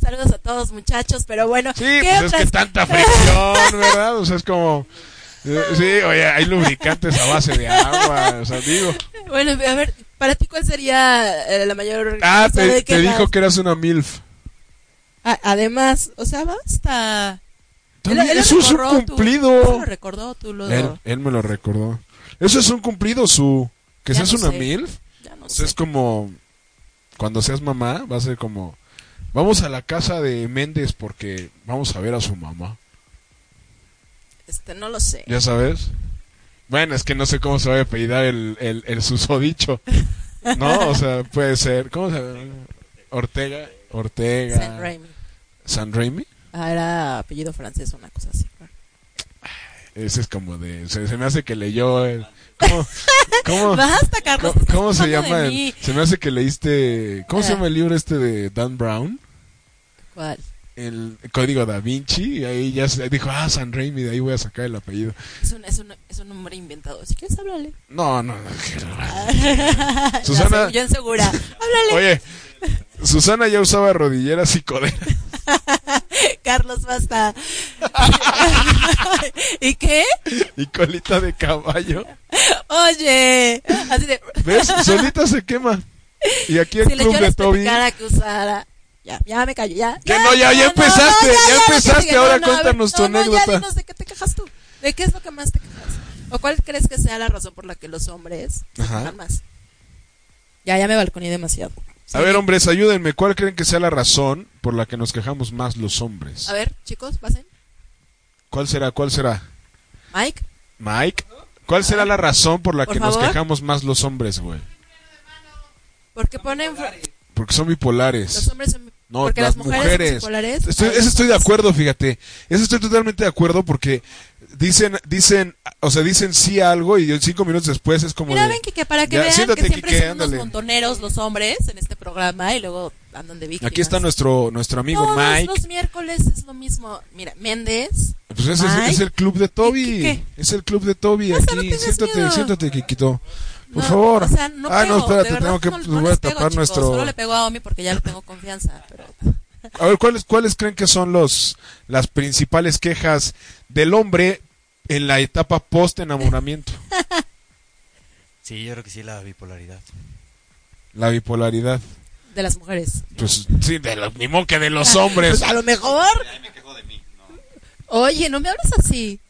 [SPEAKER 3] Saludos a todos, muchachos, pero bueno.
[SPEAKER 2] Sí,
[SPEAKER 3] ¿qué
[SPEAKER 2] pues es
[SPEAKER 3] otras-
[SPEAKER 2] que tanta fricción, ¿verdad? O sea, es como... eh, Sí, oye, hay lubricantes a base de agua, o sea, digo...
[SPEAKER 3] Bueno, a ver, ¿para ti cuál sería eh, la mayor.
[SPEAKER 2] Ah,
[SPEAKER 3] causa
[SPEAKER 2] te,
[SPEAKER 3] de
[SPEAKER 2] te
[SPEAKER 3] quejas?
[SPEAKER 2] dijo que eras una MILF.
[SPEAKER 3] A- además, o sea, basta.
[SPEAKER 2] También
[SPEAKER 3] Él- él lo
[SPEAKER 2] eso es un
[SPEAKER 3] recordó, tú-
[SPEAKER 2] cumplido.
[SPEAKER 3] Él lo recordó, tú lo.
[SPEAKER 2] Él, él me lo recordó. Eso es un cumplido, su. Que
[SPEAKER 3] Ya
[SPEAKER 2] seas
[SPEAKER 3] no
[SPEAKER 2] una
[SPEAKER 3] sé.
[SPEAKER 2] MILF.
[SPEAKER 3] Ya no
[SPEAKER 2] o sea,
[SPEAKER 3] sé.
[SPEAKER 2] es como. Cuando seas mamá, va a ser como. Vamos a la casa de Méndez porque vamos a ver a su mamá.
[SPEAKER 3] Este, no lo sé.
[SPEAKER 2] ¿Ya sabes? Bueno, es que no sé cómo se va a apellidar el, el, el susodicho. No, o sea, puede ser. ¿Cómo se llama? Ortega. Ortega.
[SPEAKER 3] San Raimi.
[SPEAKER 2] San Raimi.
[SPEAKER 3] Ah, era apellido francés, una cosa así. claro.
[SPEAKER 2] Ese es como de. Se, se me hace que leyó el. ¿Cómo? ¿Cómo?
[SPEAKER 3] Basta, Carlos.
[SPEAKER 2] ¿Cómo,
[SPEAKER 3] estás
[SPEAKER 2] cómo se
[SPEAKER 3] hablando
[SPEAKER 2] llama?
[SPEAKER 3] de
[SPEAKER 2] el-
[SPEAKER 3] mí.
[SPEAKER 2] se me hace que leíste. ¿Cómo se
[SPEAKER 3] Ah.
[SPEAKER 2] llama el libro este de Dan Brown?
[SPEAKER 3] ¿Cuál?
[SPEAKER 2] El código da Vinci. Y ahí ya se dijo, ah, San Raimi, de ahí voy a sacar el apellido.
[SPEAKER 3] Es un, es un, es un nombre inventado. Si quieres, háblale. Ah,
[SPEAKER 2] No, no. no, qué raro. Susana.
[SPEAKER 3] Susana. Yo insegura. Háblale,
[SPEAKER 2] Oye, Susana ya usaba rodilleras y coderas.
[SPEAKER 3] Carlos, basta. ¿Y qué?
[SPEAKER 2] Y colita de caballo.
[SPEAKER 3] Oye. Así de.
[SPEAKER 2] ¿Ves? Solita se quema. Y aquí el
[SPEAKER 3] si le
[SPEAKER 2] club de
[SPEAKER 3] lloras,
[SPEAKER 2] Toby.
[SPEAKER 3] cara que usara. Ya, ya me callo, ya.
[SPEAKER 2] Que no, ya, ya empezaste, ya
[SPEAKER 3] lo que
[SPEAKER 2] empezaste,
[SPEAKER 3] sigue.
[SPEAKER 2] ahora
[SPEAKER 3] a ver,
[SPEAKER 2] cuéntanos tu
[SPEAKER 3] No,
[SPEAKER 2] anécdota.
[SPEAKER 3] ya dinos de qué te quejas tú. ¿De qué es lo que más te quejas? ¿O cuál crees que sea la razón por la que los hombres se
[SPEAKER 2] Ajá.
[SPEAKER 3] quejan más? Ya, ya me balconé demasiado.
[SPEAKER 2] A ver, hombres, ayúdenme. ¿Cuál creen que sea la razón por la que nos quejamos más los hombres?
[SPEAKER 3] A ver, chicos, pasen.
[SPEAKER 2] ¿Cuál será? ¿Cuál será?
[SPEAKER 3] Mike,
[SPEAKER 2] Mike, ¿cuál será la razón por la
[SPEAKER 3] Por
[SPEAKER 2] que nos
[SPEAKER 3] favor.
[SPEAKER 2] quejamos más los hombres, güey?
[SPEAKER 3] ¿por qué ponen fr-
[SPEAKER 2] Porque son bipolares.
[SPEAKER 3] los hombres en-
[SPEAKER 2] No,
[SPEAKER 3] porque
[SPEAKER 2] las,
[SPEAKER 3] son
[SPEAKER 2] mujeres.
[SPEAKER 3] bipolares?
[SPEAKER 2] Estoy,
[SPEAKER 3] Ay,
[SPEAKER 2] eso estoy de acuerdo, fíjate. Eso estoy totalmente de acuerdo porque dicen, dicen, o sea, dicen sí a algo y cinco minutos después es como
[SPEAKER 3] Mira,
[SPEAKER 2] de,
[SPEAKER 3] ven, Kike, para que
[SPEAKER 2] Ya,
[SPEAKER 3] vean
[SPEAKER 2] siéntate,
[SPEAKER 3] que siempre
[SPEAKER 2] Kike,
[SPEAKER 3] son unos
[SPEAKER 2] ándale.
[SPEAKER 3] montoneros los hombres en este programa y luego andan de víctimas.
[SPEAKER 2] aquí está nuestro nuestro amigo
[SPEAKER 3] Todos
[SPEAKER 2] Mike.
[SPEAKER 3] los miércoles es lo mismo. Mira, Méndez,
[SPEAKER 2] Pues ese es-
[SPEAKER 3] Mike.
[SPEAKER 2] es, el club de
[SPEAKER 3] ¿Y
[SPEAKER 2] Toby.
[SPEAKER 3] qué?
[SPEAKER 2] Es el club de Toby
[SPEAKER 3] No, o sea, no
[SPEAKER 2] aquí.
[SPEAKER 3] tengas
[SPEAKER 2] siéntate,
[SPEAKER 3] miedo.
[SPEAKER 2] siéntate, Kikito. Por
[SPEAKER 3] No,
[SPEAKER 2] favor.
[SPEAKER 3] O sea, no
[SPEAKER 2] ah,
[SPEAKER 3] pego,
[SPEAKER 2] no,
[SPEAKER 3] de
[SPEAKER 2] espérate,
[SPEAKER 3] verdad,
[SPEAKER 2] tengo que
[SPEAKER 3] no,
[SPEAKER 2] pues,
[SPEAKER 3] no
[SPEAKER 2] voy a
[SPEAKER 3] les pego,
[SPEAKER 2] tapar
[SPEAKER 3] chicos,
[SPEAKER 2] nuestro
[SPEAKER 3] Solo le pego a Omi porque ya le tengo confianza, pero...
[SPEAKER 2] A ver, ¿cuáles, ¿cuáles creen que son los, las principales quejas del hombre en la etapa post-enamoramiento?
[SPEAKER 5] Sí, yo creo que sí, la bipolaridad.
[SPEAKER 2] La bipolaridad.
[SPEAKER 3] De las mujeres.
[SPEAKER 2] Pues sí, de los, ni modo que de los hombres.
[SPEAKER 3] Pues a lo mejor...
[SPEAKER 5] me quejo de mí, no.
[SPEAKER 3] Oye, no me hables así.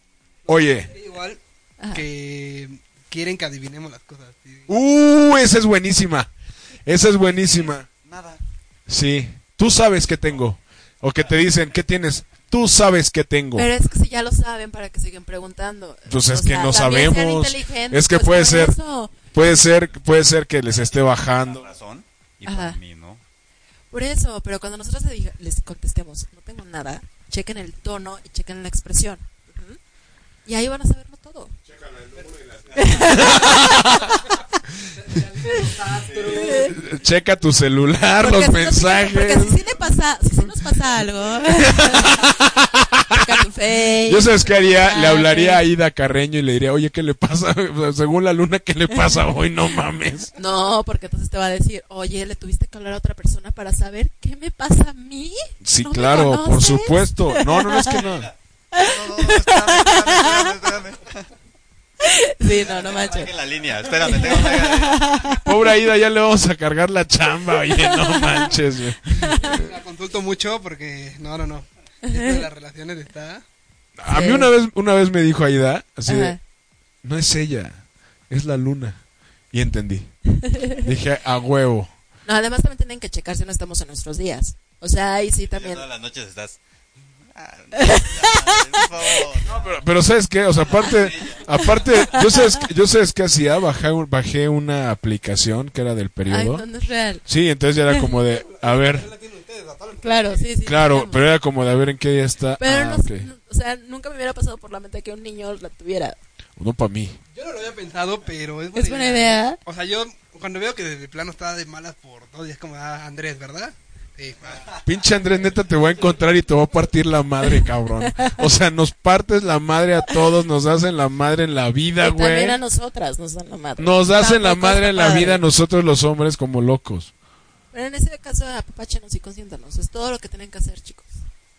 [SPEAKER 2] Oye,
[SPEAKER 6] Igual
[SPEAKER 3] Ajá.
[SPEAKER 6] que quieren que adivinemos las cosas. sí.
[SPEAKER 2] ¡uh! Esa es buenísima. Esa es buenísima.
[SPEAKER 5] Nada.
[SPEAKER 2] Sí. Tú sabes que tengo. O que te dicen, ¿qué tienes? Tú sabes que tengo.
[SPEAKER 3] Pero es que si ya lo saben, ¿para que siguen preguntando?
[SPEAKER 2] Pues
[SPEAKER 3] O
[SPEAKER 2] es que
[SPEAKER 3] sea,
[SPEAKER 2] no
[SPEAKER 3] también sean
[SPEAKER 2] sabemos.
[SPEAKER 3] inteligentes,
[SPEAKER 2] Es que
[SPEAKER 3] pues,
[SPEAKER 2] puede
[SPEAKER 3] por
[SPEAKER 2] ser,
[SPEAKER 3] eso.
[SPEAKER 2] puede ser, puede ser que les esté
[SPEAKER 5] La
[SPEAKER 2] bajando.
[SPEAKER 5] razón y
[SPEAKER 3] Ajá.
[SPEAKER 5] por mí, ¿no?
[SPEAKER 3] Por eso, pero cuando nosotros le diga- les contestemos, no tengo nada, chequen el tono y chequen la expresión. Ujú. Y ahí van a saberlo todo.
[SPEAKER 2] Checa tu celular,
[SPEAKER 3] Porque
[SPEAKER 2] los
[SPEAKER 3] si no-
[SPEAKER 2] mensajes.
[SPEAKER 3] porque si sí le pasa, si sí nos pasa algo. checa tu Facebook.
[SPEAKER 2] Yo sabes qué haría, le
[SPEAKER 3] Ah,
[SPEAKER 2] hablaría a
[SPEAKER 3] ok.
[SPEAKER 2] Ida Carreño y le diría, oye, ¿qué le pasa? O sea, Según la luna, ¿qué le pasa hoy? No mames.
[SPEAKER 3] No, porque entonces te va a decir, oye, le tuviste que hablar a otra persona para saber qué me pasa a mí.
[SPEAKER 2] Sí,
[SPEAKER 3] ¿No me
[SPEAKER 2] claro, por
[SPEAKER 3] conoces?
[SPEAKER 2] supuesto. No, no, no es que no.
[SPEAKER 5] Todo está arreglado,
[SPEAKER 3] Sí, no, no manches.
[SPEAKER 5] Baje la línea, espérame, tengo una...
[SPEAKER 2] Pobre Aida, ya le vamos a cargar la chamba, oye, no manches, güey.
[SPEAKER 6] La consulto mucho porque, no, no, no. Esto de las relaciones está...
[SPEAKER 2] A mí
[SPEAKER 3] Sí.
[SPEAKER 2] una vez, una vez me dijo Aida, así de,
[SPEAKER 3] Ajá.
[SPEAKER 2] no es ella, es la luna. Y entendí. Dije, a huevo.
[SPEAKER 3] No, además también tienen que checar si no estamos en nuestros días. O sea, ahí sí también.
[SPEAKER 5] Todas las noches estás... Ah, no, ya, por favor.
[SPEAKER 2] No, pero, pero ¿sabes qué? O sea, aparte, aparte yo sé yo sabes qué hacía, bajé, un- bajé una aplicación que era del
[SPEAKER 3] Ay,
[SPEAKER 2] periodo.
[SPEAKER 3] no, no es real.
[SPEAKER 2] Sí, entonces ya era como de, a ver,
[SPEAKER 3] Claro, sí, sí.
[SPEAKER 2] claro,
[SPEAKER 3] digamos.
[SPEAKER 2] pero era como de a ver en qué día está.
[SPEAKER 3] Pero
[SPEAKER 2] ah,
[SPEAKER 3] no,
[SPEAKER 2] ok.
[SPEAKER 3] no- o sea, nunca me hubiera pasado por la mente que un niño la tuviera.
[SPEAKER 2] Uno para mí.
[SPEAKER 6] Yo no lo había pensado, pero es buena,
[SPEAKER 3] Es buena idea.
[SPEAKER 6] O sea, yo cuando veo que desde el plano está de malas por todo, y es como, ah, Andrés, ¿verdad? Sí, ah,
[SPEAKER 2] Pinche Andrés, neta, te voy a encontrar y te voy a partir la madre, cabrón. O sea, nos partes la madre a todos, nos hacen la madre en la vida,
[SPEAKER 3] Y
[SPEAKER 2] güey.
[SPEAKER 3] también a nosotras nos dan la madre.
[SPEAKER 2] Nos hacen la
[SPEAKER 3] Tampoco
[SPEAKER 2] madre
[SPEAKER 3] está
[SPEAKER 2] en la
[SPEAKER 3] padre.
[SPEAKER 2] vida a nosotros los hombres como locos.
[SPEAKER 3] Pero en ese caso, apapáchanos y consiéntanos. Es todo lo que tienen que hacer, chicos.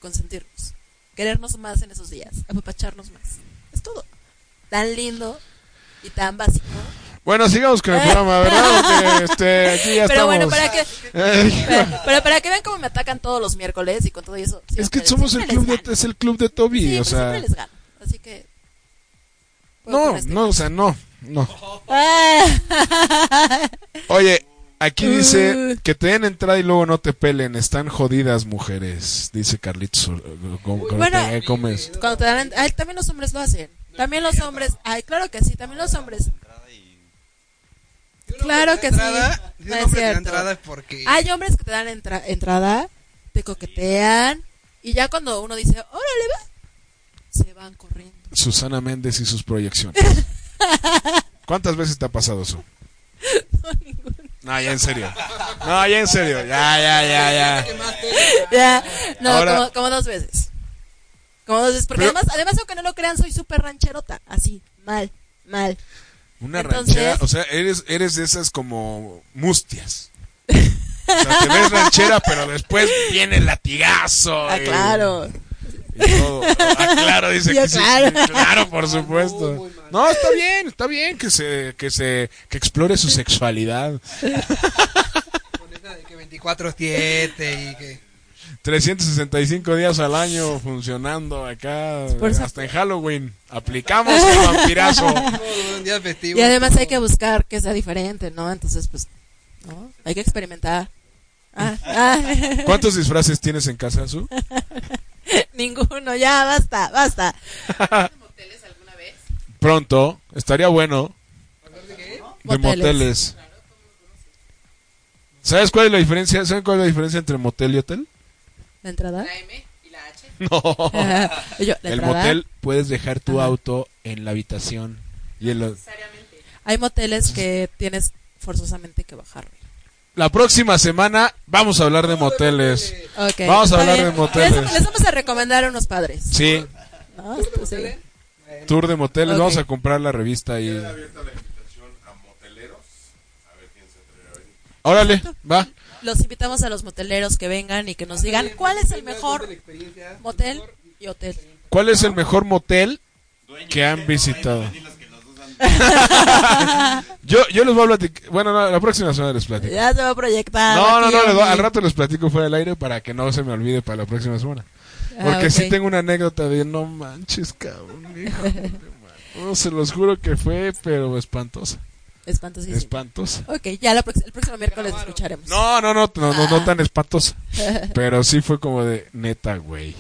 [SPEAKER 3] Consentirnos. Querernos más en esos días. Apapacharnos más. Es todo. Tan lindo y tan básico.
[SPEAKER 2] Bueno, sigamos con el programa, ¿verdad? Porque, este, aquí ya
[SPEAKER 3] Eh. Pero bueno,
[SPEAKER 2] estamos.
[SPEAKER 3] para que,
[SPEAKER 2] Eh,
[SPEAKER 3] pero, pero para que vean cómo me atacan todos los miércoles y con todo eso.
[SPEAKER 2] es que
[SPEAKER 3] siempre-
[SPEAKER 2] somos el
[SPEAKER 3] siempre
[SPEAKER 2] club
[SPEAKER 3] les
[SPEAKER 2] de,
[SPEAKER 3] gano.
[SPEAKER 2] es el club de Toby,
[SPEAKER 3] Sí,
[SPEAKER 2] o
[SPEAKER 3] pero
[SPEAKER 2] sea.
[SPEAKER 3] siempre les gano. Así que. puedo con
[SPEAKER 2] No,
[SPEAKER 3] este.
[SPEAKER 2] no, o sea, no, no.
[SPEAKER 3] Ah.
[SPEAKER 2] Oye, aquí
[SPEAKER 3] Uh.
[SPEAKER 2] dice que te den entrada y luego no te pelen. Están jodidas mujeres, dice Carlitos. Sol- eh, Gó- Gó-
[SPEAKER 3] Bueno,
[SPEAKER 2] Gó- Gómez.
[SPEAKER 3] Cuando te dan. Ay, también los hombres lo hacen. También los hombres. Ay, claro que sí, también los hombres.
[SPEAKER 6] si un hombre
[SPEAKER 3] Claro
[SPEAKER 6] te da
[SPEAKER 3] que sí.
[SPEAKER 6] entrada, si un
[SPEAKER 3] No es
[SPEAKER 6] hombre te da
[SPEAKER 3] cierto.
[SPEAKER 6] entrada es porque...
[SPEAKER 3] Hay hombres que te dan entra- entrada, te coquetean, y ya cuando uno dice, órale, va, se van corriendo.
[SPEAKER 2] Susana Méndez y sus proyecciones. ¿Cuántas veces te ha pasado eso? No, ya en serio. No, ya en serio. Ya, ya, ya, ya.
[SPEAKER 3] Ya, no,
[SPEAKER 2] Ahora-
[SPEAKER 3] como, como dos veces. Como dos veces, porque
[SPEAKER 2] Pero-
[SPEAKER 3] además, además, aunque no lo crean, soy súper rancherota, así, mal, mal.
[SPEAKER 2] Una
[SPEAKER 3] Entonces-
[SPEAKER 2] ranchera, o sea, eres, eres de esas como mustias. O sea, te ves ranchera, pero después viene el latigazo.
[SPEAKER 3] Ah,
[SPEAKER 2] y-
[SPEAKER 3] claro.
[SPEAKER 2] y todo. Ah, claro, dice
[SPEAKER 3] Yo,
[SPEAKER 2] que sí,
[SPEAKER 3] claro.
[SPEAKER 2] claro, por supuesto. No, está bien, está bien que se, que se, que explore su sexualidad.
[SPEAKER 6] Con esa de que 24-7 y que...
[SPEAKER 2] 365 días al año funcionando acá,
[SPEAKER 3] Por eso-
[SPEAKER 2] hasta en Halloween. Aplicamos el vampirazo.
[SPEAKER 6] Todo un día festivo.
[SPEAKER 3] Y además hay
[SPEAKER 6] todo.
[SPEAKER 3] que buscar que sea diferente, ¿no? Entonces, pues, ¿no? Hay que experimentar. Ah, ah.
[SPEAKER 2] ¿Cuántos disfraces tienes en casa, Su?
[SPEAKER 3] Ninguno, ya, basta, basta.
[SPEAKER 7] moteles alguna vez?
[SPEAKER 2] Pronto, estaría bueno. De
[SPEAKER 3] Moteles.
[SPEAKER 2] moteles. ¿Sabes cuál es la diferencia? ¿Saben cuál es la diferencia entre motel y hotel?
[SPEAKER 3] ¿La entrada?
[SPEAKER 7] La M y la H.
[SPEAKER 2] No.
[SPEAKER 3] Ah, yo, ¿la
[SPEAKER 2] El
[SPEAKER 3] entrada?
[SPEAKER 2] motel puedes dejar tu
[SPEAKER 3] Ajá.
[SPEAKER 2] auto en la habitación y el-
[SPEAKER 7] Necesariamente.
[SPEAKER 3] Hay moteles que tienes forzosamente que bajar.
[SPEAKER 2] la próxima semana vamos a hablar de moteles.
[SPEAKER 3] Ok,
[SPEAKER 2] Vamos a
[SPEAKER 3] está
[SPEAKER 2] hablar
[SPEAKER 3] bien.
[SPEAKER 2] de moteles.
[SPEAKER 3] Les, les vamos a recomendar a unos padres.
[SPEAKER 2] Sí,
[SPEAKER 3] ¿no? Este, sí.
[SPEAKER 2] tour de moteles,
[SPEAKER 3] Ok.
[SPEAKER 2] vamos a comprar la revista y
[SPEAKER 4] Queda abierta la invitación a moteleros. A ver quién se atreve a venir.
[SPEAKER 2] Órale, va.
[SPEAKER 3] Los invitamos a los moteleros que vengan y que nos digan cuál es el mejor motel y hotel.
[SPEAKER 2] ¿Cuál es el mejor motel que han visitado? Yo, yo les voy a platicar. Bueno, no, la próxima semana les platico.
[SPEAKER 3] Ya se va a proyectar.
[SPEAKER 2] No, no,
[SPEAKER 3] aquí
[SPEAKER 2] no, les voy-
[SPEAKER 3] un-
[SPEAKER 2] al rato les platico fuera del aire para que no se me olvide para la próxima semana.
[SPEAKER 3] Ah,
[SPEAKER 2] Porque
[SPEAKER 3] ok.
[SPEAKER 2] sí tengo una anécdota de no manches, cabrón. hijo de madre. No, se los juro que fue, pero espantosa.
[SPEAKER 3] Espantosísimo.
[SPEAKER 2] Espantosa.
[SPEAKER 3] ok, ya la prox- el próximo miércoles escucharemos.
[SPEAKER 2] No, no, no, no, no, no tan espantosa. Pero sí fue como de neta, güey.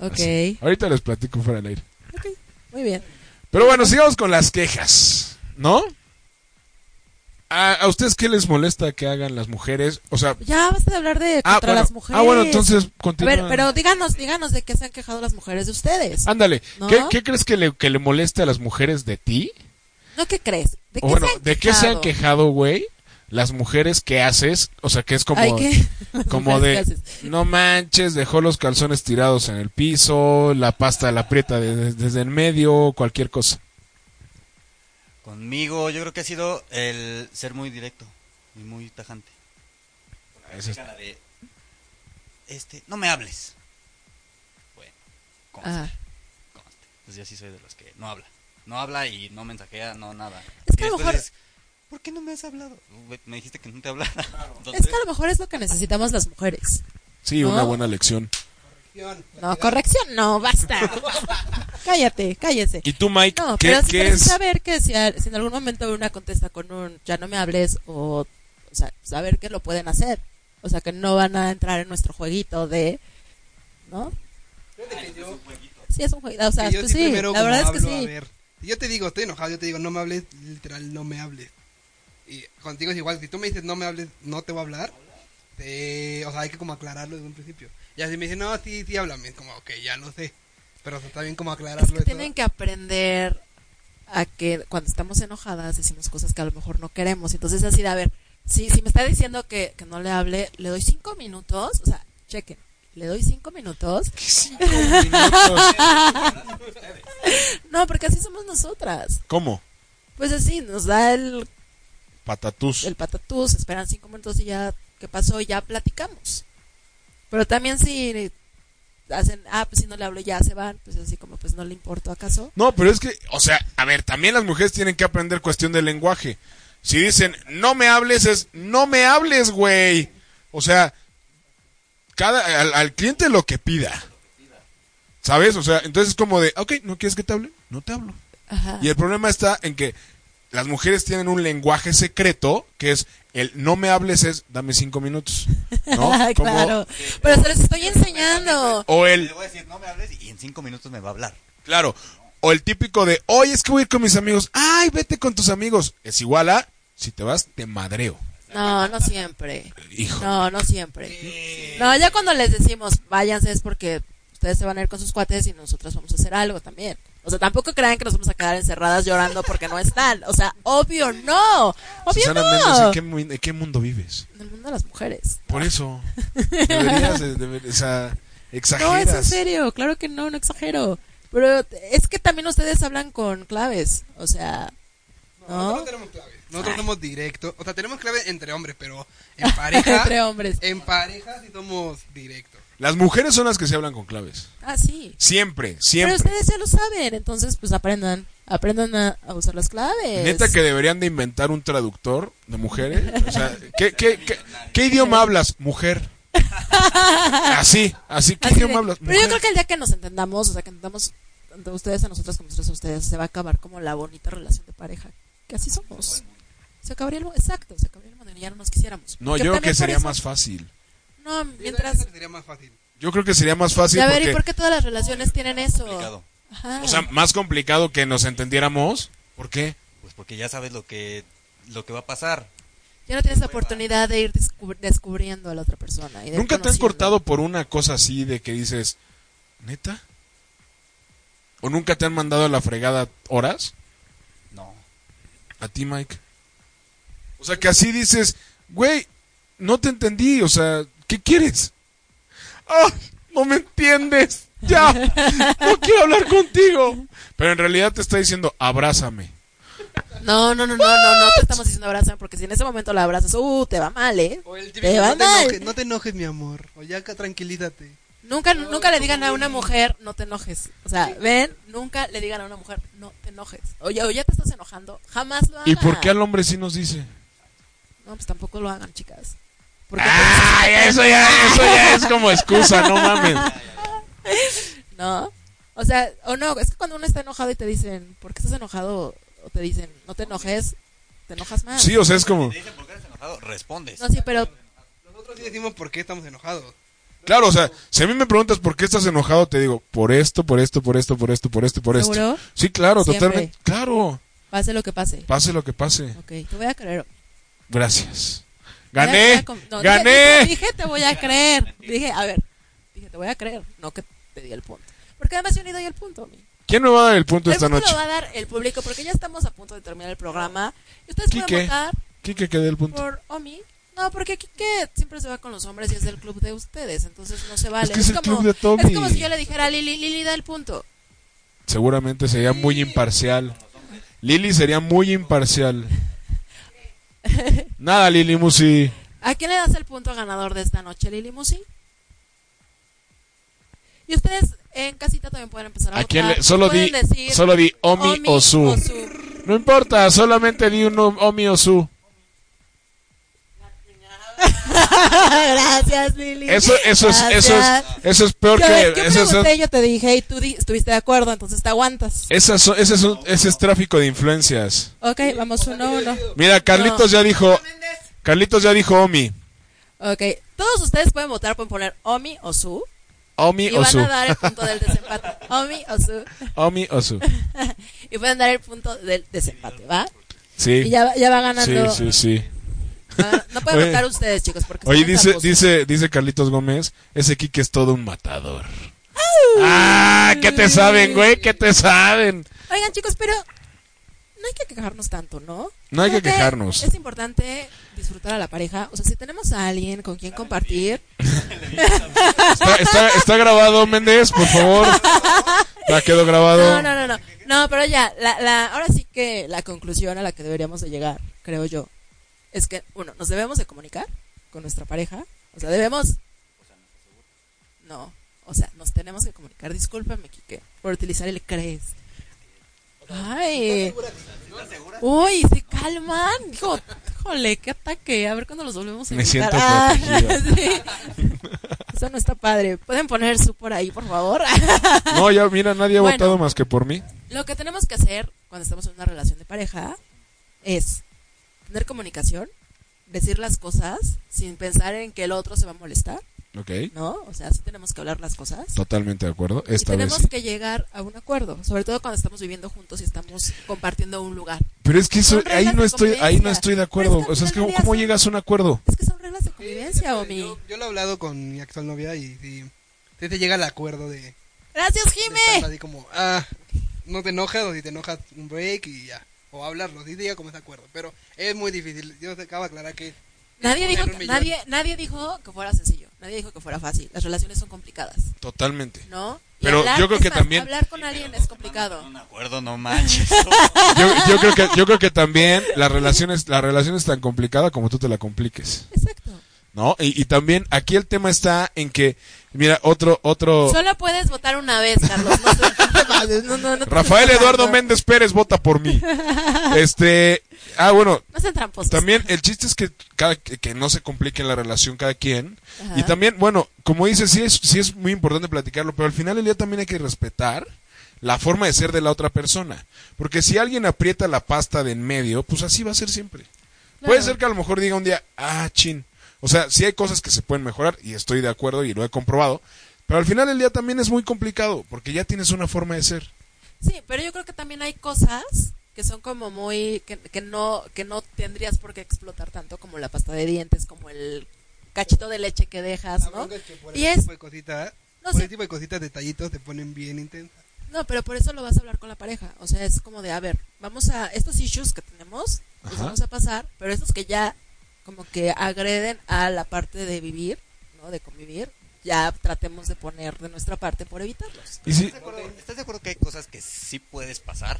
[SPEAKER 3] Ok,
[SPEAKER 2] Así. Ahorita les platico fuera del aire.
[SPEAKER 3] muy bien.
[SPEAKER 2] Pero bueno, sigamos con las quejas, ¿no? ¿A, a ustedes qué les molesta que hagan las mujeres? O sea,
[SPEAKER 3] Ya basta de hablar de
[SPEAKER 2] ah,
[SPEAKER 3] Pues, contra
[SPEAKER 2] bueno,
[SPEAKER 3] las mujeres.
[SPEAKER 2] ah, bueno, entonces
[SPEAKER 3] A
[SPEAKER 2] continúa. Ah.
[SPEAKER 3] ver, pero díganos, díganos de qué se han quejado las mujeres de ustedes.
[SPEAKER 2] Ándale,
[SPEAKER 3] ¿No?
[SPEAKER 2] ¿qué, qué crees que le, que le moleste a las mujeres de ti?
[SPEAKER 3] ¿No qué crees? ¿De qué
[SPEAKER 2] O bueno,
[SPEAKER 3] se han
[SPEAKER 2] ¿de qué se han
[SPEAKER 3] quejado?
[SPEAKER 2] quejado, güey? Las mujeres que haces, o sea, que es como,
[SPEAKER 3] Ay, ¿qué?
[SPEAKER 2] como
[SPEAKER 3] Las
[SPEAKER 2] de,
[SPEAKER 3] mujeres que haces.
[SPEAKER 2] no manches, dejó los calzones tirados en el piso, la pasta la aprieta de- de- desde el medio, cualquier cosa.
[SPEAKER 5] Conmigo yo creo que ha sido el ser muy directo y muy tajante.
[SPEAKER 2] Eso es-
[SPEAKER 5] La de, este, no me hables. Bueno, conste,
[SPEAKER 3] Ajá. Ah,
[SPEAKER 5] conste. Pues yo sí soy de los que no habla. No habla y no mensajea, no nada.
[SPEAKER 3] Es que
[SPEAKER 5] Y
[SPEAKER 3] a lo mejor-
[SPEAKER 5] después dices, ¿Por qué no me has hablado? Güey, Me dijiste que no te hablara. Entonces,
[SPEAKER 3] Es que a lo mejor es lo que necesitamos las mujeres.
[SPEAKER 2] Sí, una
[SPEAKER 3] No.
[SPEAKER 2] buena lección.
[SPEAKER 6] Guión.
[SPEAKER 3] No, corrección, no, basta. cállate, cállese.
[SPEAKER 2] ¿Y tú, Mike?
[SPEAKER 3] No,
[SPEAKER 2] ¿Qué,
[SPEAKER 3] pero, sí-
[SPEAKER 2] qué
[SPEAKER 3] pero sí
[SPEAKER 2] es?
[SPEAKER 3] saber que si, a- si en algún momento una contesta con un ya no me hables o, o sea, saber que lo pueden hacer. O sea, que no van a entrar en nuestro jueguito de... ¿No?
[SPEAKER 6] Fíjate que yo-
[SPEAKER 3] Sí, es un jueguito. O sea,
[SPEAKER 6] que yo
[SPEAKER 3] pues
[SPEAKER 6] sí
[SPEAKER 3] sí,
[SPEAKER 6] primero
[SPEAKER 3] la verdad es
[SPEAKER 6] como
[SPEAKER 3] que
[SPEAKER 6] hablo, a
[SPEAKER 3] sí.
[SPEAKER 6] ver. Si Yo te digo, estoy enojado, yo te digo, no me hables, literal, no me hables. Y contigo es igual, si tú me dices, no me hables, no te voy a hablar. te- o sea, hay que como aclararlo desde un principio. Y así me dicen, no, sí, sí, háblame. Es como, ok, ya lo sé. Pero o sea, está bien como aclararlo.
[SPEAKER 3] Es que
[SPEAKER 6] y todo.
[SPEAKER 3] tienen que aprender a que cuando estamos enojadas decimos cosas que a lo mejor no queremos. Entonces, así de, a ver, si, si me está diciendo que, que no le hable, le doy cinco minutos. O sea, chequen, le doy cinco minutos. No, porque así somos nosotras.
[SPEAKER 2] ¿Cómo?
[SPEAKER 3] Pues así, nos da el,
[SPEAKER 2] Patatús.
[SPEAKER 3] el patatús, esperan cinco minutos y ya, ¿qué pasó? Y Ya platicamos. Pero también si hacen, ah, pues si no le hablo ya se van, pues así como, pues no le importo acaso.
[SPEAKER 2] No, pero es que, o sea, a ver, también las mujeres tienen que aprender cuestión del lenguaje. Si dicen, no me hables, es, no me hables, güey. O sea, cada, al, al cliente lo que pida. ¿Sabes? O sea, entonces es como de, ok, ¿no quieres que te hable? No te hablo.
[SPEAKER 3] Ajá.
[SPEAKER 2] Y el problema está en que las mujeres tienen un lenguaje secreto, que es el no me hables es dame cinco minutos. ¿No?
[SPEAKER 3] Ah,
[SPEAKER 2] Como-
[SPEAKER 3] claro. Pero se les estoy enseñando.
[SPEAKER 2] O el,
[SPEAKER 5] le voy a decir, no me hables y en cinco minutos me va a hablar.
[SPEAKER 2] Claro. O el típico de, oye, es que voy a ir con mis amigos. Ay, vete con tus amigos. Es igual a, si te vas, te madreo.
[SPEAKER 3] No, no siempre.
[SPEAKER 2] Hijo.
[SPEAKER 3] No, no siempre. No, ya cuando les decimos váyanse es porque ustedes se van a ir con sus cuates y nosotras vamos a hacer algo también. O sea, tampoco crean que nos vamos a quedar encerradas llorando porque no están. O sea, obvio no. Obvio
[SPEAKER 2] Susana Méndez,
[SPEAKER 3] no.
[SPEAKER 2] ¿en qué, mu- en qué mundo vives?
[SPEAKER 3] En el mundo de las mujeres.
[SPEAKER 2] Por eso. Deberías, de- de- o sea,
[SPEAKER 3] No,
[SPEAKER 2] exageras.
[SPEAKER 3] es en serio. Claro que no, no exagero. Pero es que también ustedes hablan con claves. O sea,
[SPEAKER 6] Nosotros no
[SPEAKER 3] ¿no? Ah.
[SPEAKER 6] tenemos clave. Nosotros somos directos. O sea, tenemos clave entre hombres, pero en pareja.
[SPEAKER 3] Entre hombres.
[SPEAKER 6] En pareja sí somos directos.
[SPEAKER 2] Las mujeres son las que se hablan con claves.
[SPEAKER 3] Ah, sí.
[SPEAKER 2] Siempre,
[SPEAKER 3] Pero
[SPEAKER 2] siempre.
[SPEAKER 3] ustedes ya lo saben, entonces pues aprendan, aprendan a, a usar las claves.
[SPEAKER 2] Neta que deberían de inventar un traductor de mujeres. O sea, ¿qué, qué, qué, qué idioma hablas? Mujer. Así, así, ¿qué
[SPEAKER 3] Así de-
[SPEAKER 2] idioma hablas?
[SPEAKER 3] Pero yo
[SPEAKER 2] Mujer.
[SPEAKER 3] creo que el día que nos entendamos, o sea, que entendamos tanto ustedes a nosotros como nosotros a ustedes, se va a acabar como la bonita relación de pareja, que así somos. Se acabaría el mundo, exacto, se acabaría el mundo y ya no nos quisiéramos.
[SPEAKER 2] No,
[SPEAKER 3] Que
[SPEAKER 2] yo creo
[SPEAKER 3] también
[SPEAKER 2] que
[SPEAKER 3] por
[SPEAKER 2] sería
[SPEAKER 3] eso-
[SPEAKER 2] más fácil.
[SPEAKER 3] No,
[SPEAKER 6] Sí,
[SPEAKER 3] mientras...
[SPEAKER 6] eso sería más fácil.
[SPEAKER 2] Yo creo que sería más fácil
[SPEAKER 3] y a ver, ¿y
[SPEAKER 2] porque,
[SPEAKER 3] por qué todas las relaciones tienen eso?
[SPEAKER 5] Complicado.
[SPEAKER 3] Ajá.
[SPEAKER 2] o sea, más complicado que nos entendiéramos. ¿Por qué?
[SPEAKER 5] Pues porque ya sabes lo que, lo que va a pasar.
[SPEAKER 3] ya no tienes la oportunidad de ir descubri- descubriendo a la otra persona. y de ir
[SPEAKER 2] ¿Nunca te has
[SPEAKER 3] conociendo.
[SPEAKER 2] cortado por una cosa así de que dices, neta? ¿O nunca te han mandado a la fregada horas?
[SPEAKER 5] No.
[SPEAKER 2] A ti, Mike. O sea, que así dices, güey, no te entendí, o sea, ¿qué quieres? ¡Ah! No me entiendes, ya, no quiero hablar contigo. Pero en realidad te está diciendo, abrázame.
[SPEAKER 3] No, no, no, no, no, no te estamos diciendo abrázame porque si en ese momento la abrazas, uh, te va mal, ¿eh?
[SPEAKER 6] O el
[SPEAKER 3] Te
[SPEAKER 6] típico,
[SPEAKER 3] va
[SPEAKER 6] no, te
[SPEAKER 3] mal.
[SPEAKER 6] enojes, no te enojes, mi amor. O ya acá tranquilízate.
[SPEAKER 3] Nunca, nunca le digan a una mujer, no te enojes. O sea, ven, nunca le digan a una mujer, no te enojes. Oye, o ya te estás enojando, jamás lo hagan.
[SPEAKER 2] ¿Y por qué al hombre sí nos dice?
[SPEAKER 3] No, pues tampoco lo hagan, chicas. Porque
[SPEAKER 2] Ah.
[SPEAKER 3] pues,
[SPEAKER 2] Ay, eso ya, eso ya es como excusa, no mames.
[SPEAKER 3] ¿No? O sea, o no, es que cuando uno está enojado y te dicen, ¿por qué estás enojado? O te dicen, no te enojes, te enojas más.
[SPEAKER 2] Sí, o sea, es como.
[SPEAKER 5] Te dicen por qué eres enojado, respondes.
[SPEAKER 3] No, sí, pero
[SPEAKER 6] Nosotros sí decimos por qué estamos enojados.
[SPEAKER 2] Claro, o sea, si a mí me preguntas por qué estás enojado, te digo, por esto, por esto, por esto, por esto, por esto, por esto.
[SPEAKER 3] ¿Seguro?
[SPEAKER 2] Sí, claro,
[SPEAKER 3] Siempre.
[SPEAKER 2] totalmente. Claro,
[SPEAKER 3] pase lo que pase.
[SPEAKER 2] pase lo que pase.
[SPEAKER 3] Ok, te voy a creer.
[SPEAKER 2] Gracias.
[SPEAKER 3] Voy a- voy
[SPEAKER 2] Gané,
[SPEAKER 3] a com- no, Dije,
[SPEAKER 2] gané.
[SPEAKER 3] dije, te voy a creer. Dije, a ver, dije, te voy a creer. No que te di el punto. Porque además yo ni doy el punto a mí.
[SPEAKER 2] ¿Quién me va a dar el punto
[SPEAKER 3] El
[SPEAKER 2] esta
[SPEAKER 3] punto
[SPEAKER 2] noche?
[SPEAKER 3] lo va a dar el público porque ya estamos a punto de terminar el programa. Y ustedes
[SPEAKER 2] Quique.
[SPEAKER 3] pueden votar
[SPEAKER 2] Quique, que dé el punto.
[SPEAKER 3] por Omi. No, porque Kike siempre se va con los hombres y es del club de ustedes, entonces no se vale.
[SPEAKER 2] que es el
[SPEAKER 3] como,
[SPEAKER 2] club de Tommy.
[SPEAKER 3] es como si yo le dijera a Lili, Lili, da el punto.
[SPEAKER 2] Seguramente sería muy imparcial. Lili sería muy imparcial. Nada, Lili Musi.
[SPEAKER 3] ¿A quién le das el punto ganador de esta noche, Lili Musi? Y ustedes, eh, en casita también pueden empezar a
[SPEAKER 2] ¿A quién
[SPEAKER 3] votar.
[SPEAKER 2] le- solo di-
[SPEAKER 3] Pueden decir
[SPEAKER 2] solo di Omi o Su. No importa, solamente di un o- Omi o Su.
[SPEAKER 3] Gracias, Lili.
[SPEAKER 2] Eso, eso es, eso es,
[SPEAKER 3] Gracias.
[SPEAKER 2] eso es peor
[SPEAKER 3] Yo,
[SPEAKER 2] que.
[SPEAKER 3] yo
[SPEAKER 2] eso es-
[SPEAKER 3] pregunté, yo te dije y tú di- estuviste de acuerdo, entonces te aguantas.
[SPEAKER 2] esas son- ese, es un- ese es tráfico de influencias.
[SPEAKER 3] Ok, vamos uno a uno.
[SPEAKER 2] Mira, Carlitos ya dijo.
[SPEAKER 7] Méndez.
[SPEAKER 2] Carlitos ya dijo Omi.
[SPEAKER 3] Ok, todos ustedes pueden votar, pueden poner Omi o Su
[SPEAKER 2] Omi
[SPEAKER 3] y
[SPEAKER 2] o
[SPEAKER 3] van
[SPEAKER 2] Su.
[SPEAKER 3] a dar el punto del desempate. Omi o Su
[SPEAKER 2] Omi o Su.
[SPEAKER 3] y pueden dar el punto del desempate, ¿va? Y
[SPEAKER 2] Sí.
[SPEAKER 3] ya, ya va
[SPEAKER 2] Sí,
[SPEAKER 3] ganando.
[SPEAKER 2] sí, sí.
[SPEAKER 3] Ah, no pueden
[SPEAKER 2] Oye.
[SPEAKER 3] votar ustedes, chicos, porque
[SPEAKER 2] Oye,
[SPEAKER 3] son
[SPEAKER 2] dice,
[SPEAKER 3] tramposos.
[SPEAKER 2] dice, dice Carlitos Gómez, ese Kike es todo un matador. ¡Ah! ¿Qué te saben, güey? ¿Qué te saben?
[SPEAKER 3] Oigan, chicos, pero no hay que quejarnos tanto, ¿no?
[SPEAKER 2] No hay que
[SPEAKER 3] Creo
[SPEAKER 2] quejarnos.
[SPEAKER 3] Es importante disfrutar a la pareja. O sea, si tenemos a alguien con quien compartir,
[SPEAKER 2] ¿Está, está, está grabado, Méndez? Por favor. Ya quedó grabado.
[SPEAKER 3] No, no, no, no. No, pero ya, la, la, ahora sí que la conclusión a la que deberíamos de llegar, creo yo, es que, uno, nos debemos de comunicar con nuestra pareja. O sea, debemos... No, o sea, nos tenemos que comunicar. Discúlpame, Quique, por utilizar el crees. Ay. Uy, se calman. Hijo, híjole, qué ataque. A ver cuándo los volvemos a
[SPEAKER 2] Me
[SPEAKER 3] invitar.
[SPEAKER 2] siento
[SPEAKER 3] Ah, sí. Eso no está padre. ¿Pueden poner su por ahí, por favor?
[SPEAKER 2] No, ya, mira, nadie ha
[SPEAKER 3] Bueno.
[SPEAKER 2] votado más que por mí.
[SPEAKER 3] Lo que tenemos que hacer cuando estamos en una relación de pareja es tener comunicación, decir las cosas sin pensar en que el otro se va a molestar,
[SPEAKER 2] Ok.
[SPEAKER 3] ¿no? O sea, sí tenemos que hablar las cosas.
[SPEAKER 2] Totalmente de acuerdo.
[SPEAKER 3] Y
[SPEAKER 2] Esta vez
[SPEAKER 3] tenemos
[SPEAKER 2] sí.
[SPEAKER 3] que llegar a un acuerdo, sobre todo cuando estamos viviendo juntos y estamos compartiendo un lugar.
[SPEAKER 2] Pero es que eso,
[SPEAKER 3] Son reglas
[SPEAKER 2] ahí no
[SPEAKER 3] de
[SPEAKER 2] estoy, ahí no
[SPEAKER 3] convivencia.
[SPEAKER 2] estoy de
[SPEAKER 3] Pero
[SPEAKER 2] acuerdo.
[SPEAKER 3] es que
[SPEAKER 2] O sea, es que,
[SPEAKER 3] al final
[SPEAKER 2] ¿cómo
[SPEAKER 3] del día
[SPEAKER 2] llegas a un acuerdo?
[SPEAKER 3] Es que son reglas de convivencia, Omi.
[SPEAKER 6] Yo, yo lo he hablado con mi actual novia y sí, sí se llega al acuerdo de, de
[SPEAKER 3] Gracias,
[SPEAKER 6] estar
[SPEAKER 3] Jime.
[SPEAKER 6] así como, ah, no te enojas o si te enojas un break y ya. O hablarlo, sí se llega como ese acuerdo. Pero es muy difícil. Yo te acabo de aclarar que
[SPEAKER 3] Nadie dijo,
[SPEAKER 6] Poner un millón.
[SPEAKER 3] nadie, nadie dijo que fuera sencillo, nadie dijo que fuera fácil. Las relaciones son complicadas,
[SPEAKER 2] Totalmente.
[SPEAKER 3] ¿no? Y
[SPEAKER 2] Pero yo creo
[SPEAKER 3] es
[SPEAKER 2] que también-
[SPEAKER 3] hablar con alguien es complicado.
[SPEAKER 5] No me acuerdo, no manches.
[SPEAKER 2] Yo, yo creo que, yo creo que también la relación es, la relación es tan complicada como tú te la compliques.
[SPEAKER 3] Exacto.
[SPEAKER 2] ¿No? Y, y también aquí el tema está en que, mira, otro, otro.
[SPEAKER 3] Solo puedes votar una vez, Carlos. No, te- no, no, no te-
[SPEAKER 2] Rafael
[SPEAKER 3] no te-
[SPEAKER 2] Eduardo
[SPEAKER 3] no.
[SPEAKER 2] Méndez Pérez vota por mí. Este, ah, bueno,
[SPEAKER 3] No sean tramposos.
[SPEAKER 2] también eh, el chiste es que cada que que no se complique la relación cada quien.
[SPEAKER 3] Ajá.
[SPEAKER 2] Y también, bueno, como dices, sí es, sí es muy importante platicarlo, pero al final del día también hay que respetar la forma de ser de la otra persona. Porque si alguien aprieta la pasta de en medio, pues así va a ser siempre. Puede
[SPEAKER 3] Claro.
[SPEAKER 2] ser que a lo mejor diga un día, ah, chin. O sea, sí hay cosas que se pueden mejorar y estoy de acuerdo y lo he comprobado. Pero al final del día también es muy complicado porque ya tienes una forma de ser.
[SPEAKER 3] Sí, pero yo creo que también hay cosas que son como muy que, que no que no tendrías por qué explotar tanto como la pasta de dientes, como el cachito de leche que dejas,
[SPEAKER 6] la
[SPEAKER 3] ¿no?
[SPEAKER 6] bronca es que por
[SPEAKER 3] Y
[SPEAKER 6] ese
[SPEAKER 3] es
[SPEAKER 6] tipo de cositas,
[SPEAKER 3] no
[SPEAKER 6] por
[SPEAKER 3] sé.
[SPEAKER 6] ese tipo de cositas, detallitos te ponen bien intensas.
[SPEAKER 3] no, pero por eso lo vas a hablar con la pareja, o sea, es como de, a ver, vamos a estos issues que tenemos, los
[SPEAKER 2] Ajá.
[SPEAKER 3] vamos a pasar, pero estos que ya como que agreden a la parte de vivir, ¿no? De convivir, ya tratemos de poner de nuestra parte por evitarlos.
[SPEAKER 2] Y sí,
[SPEAKER 5] ¿Estás de acuerdo- ¿Estás de acuerdo que hay cosas que sí puedes pasar?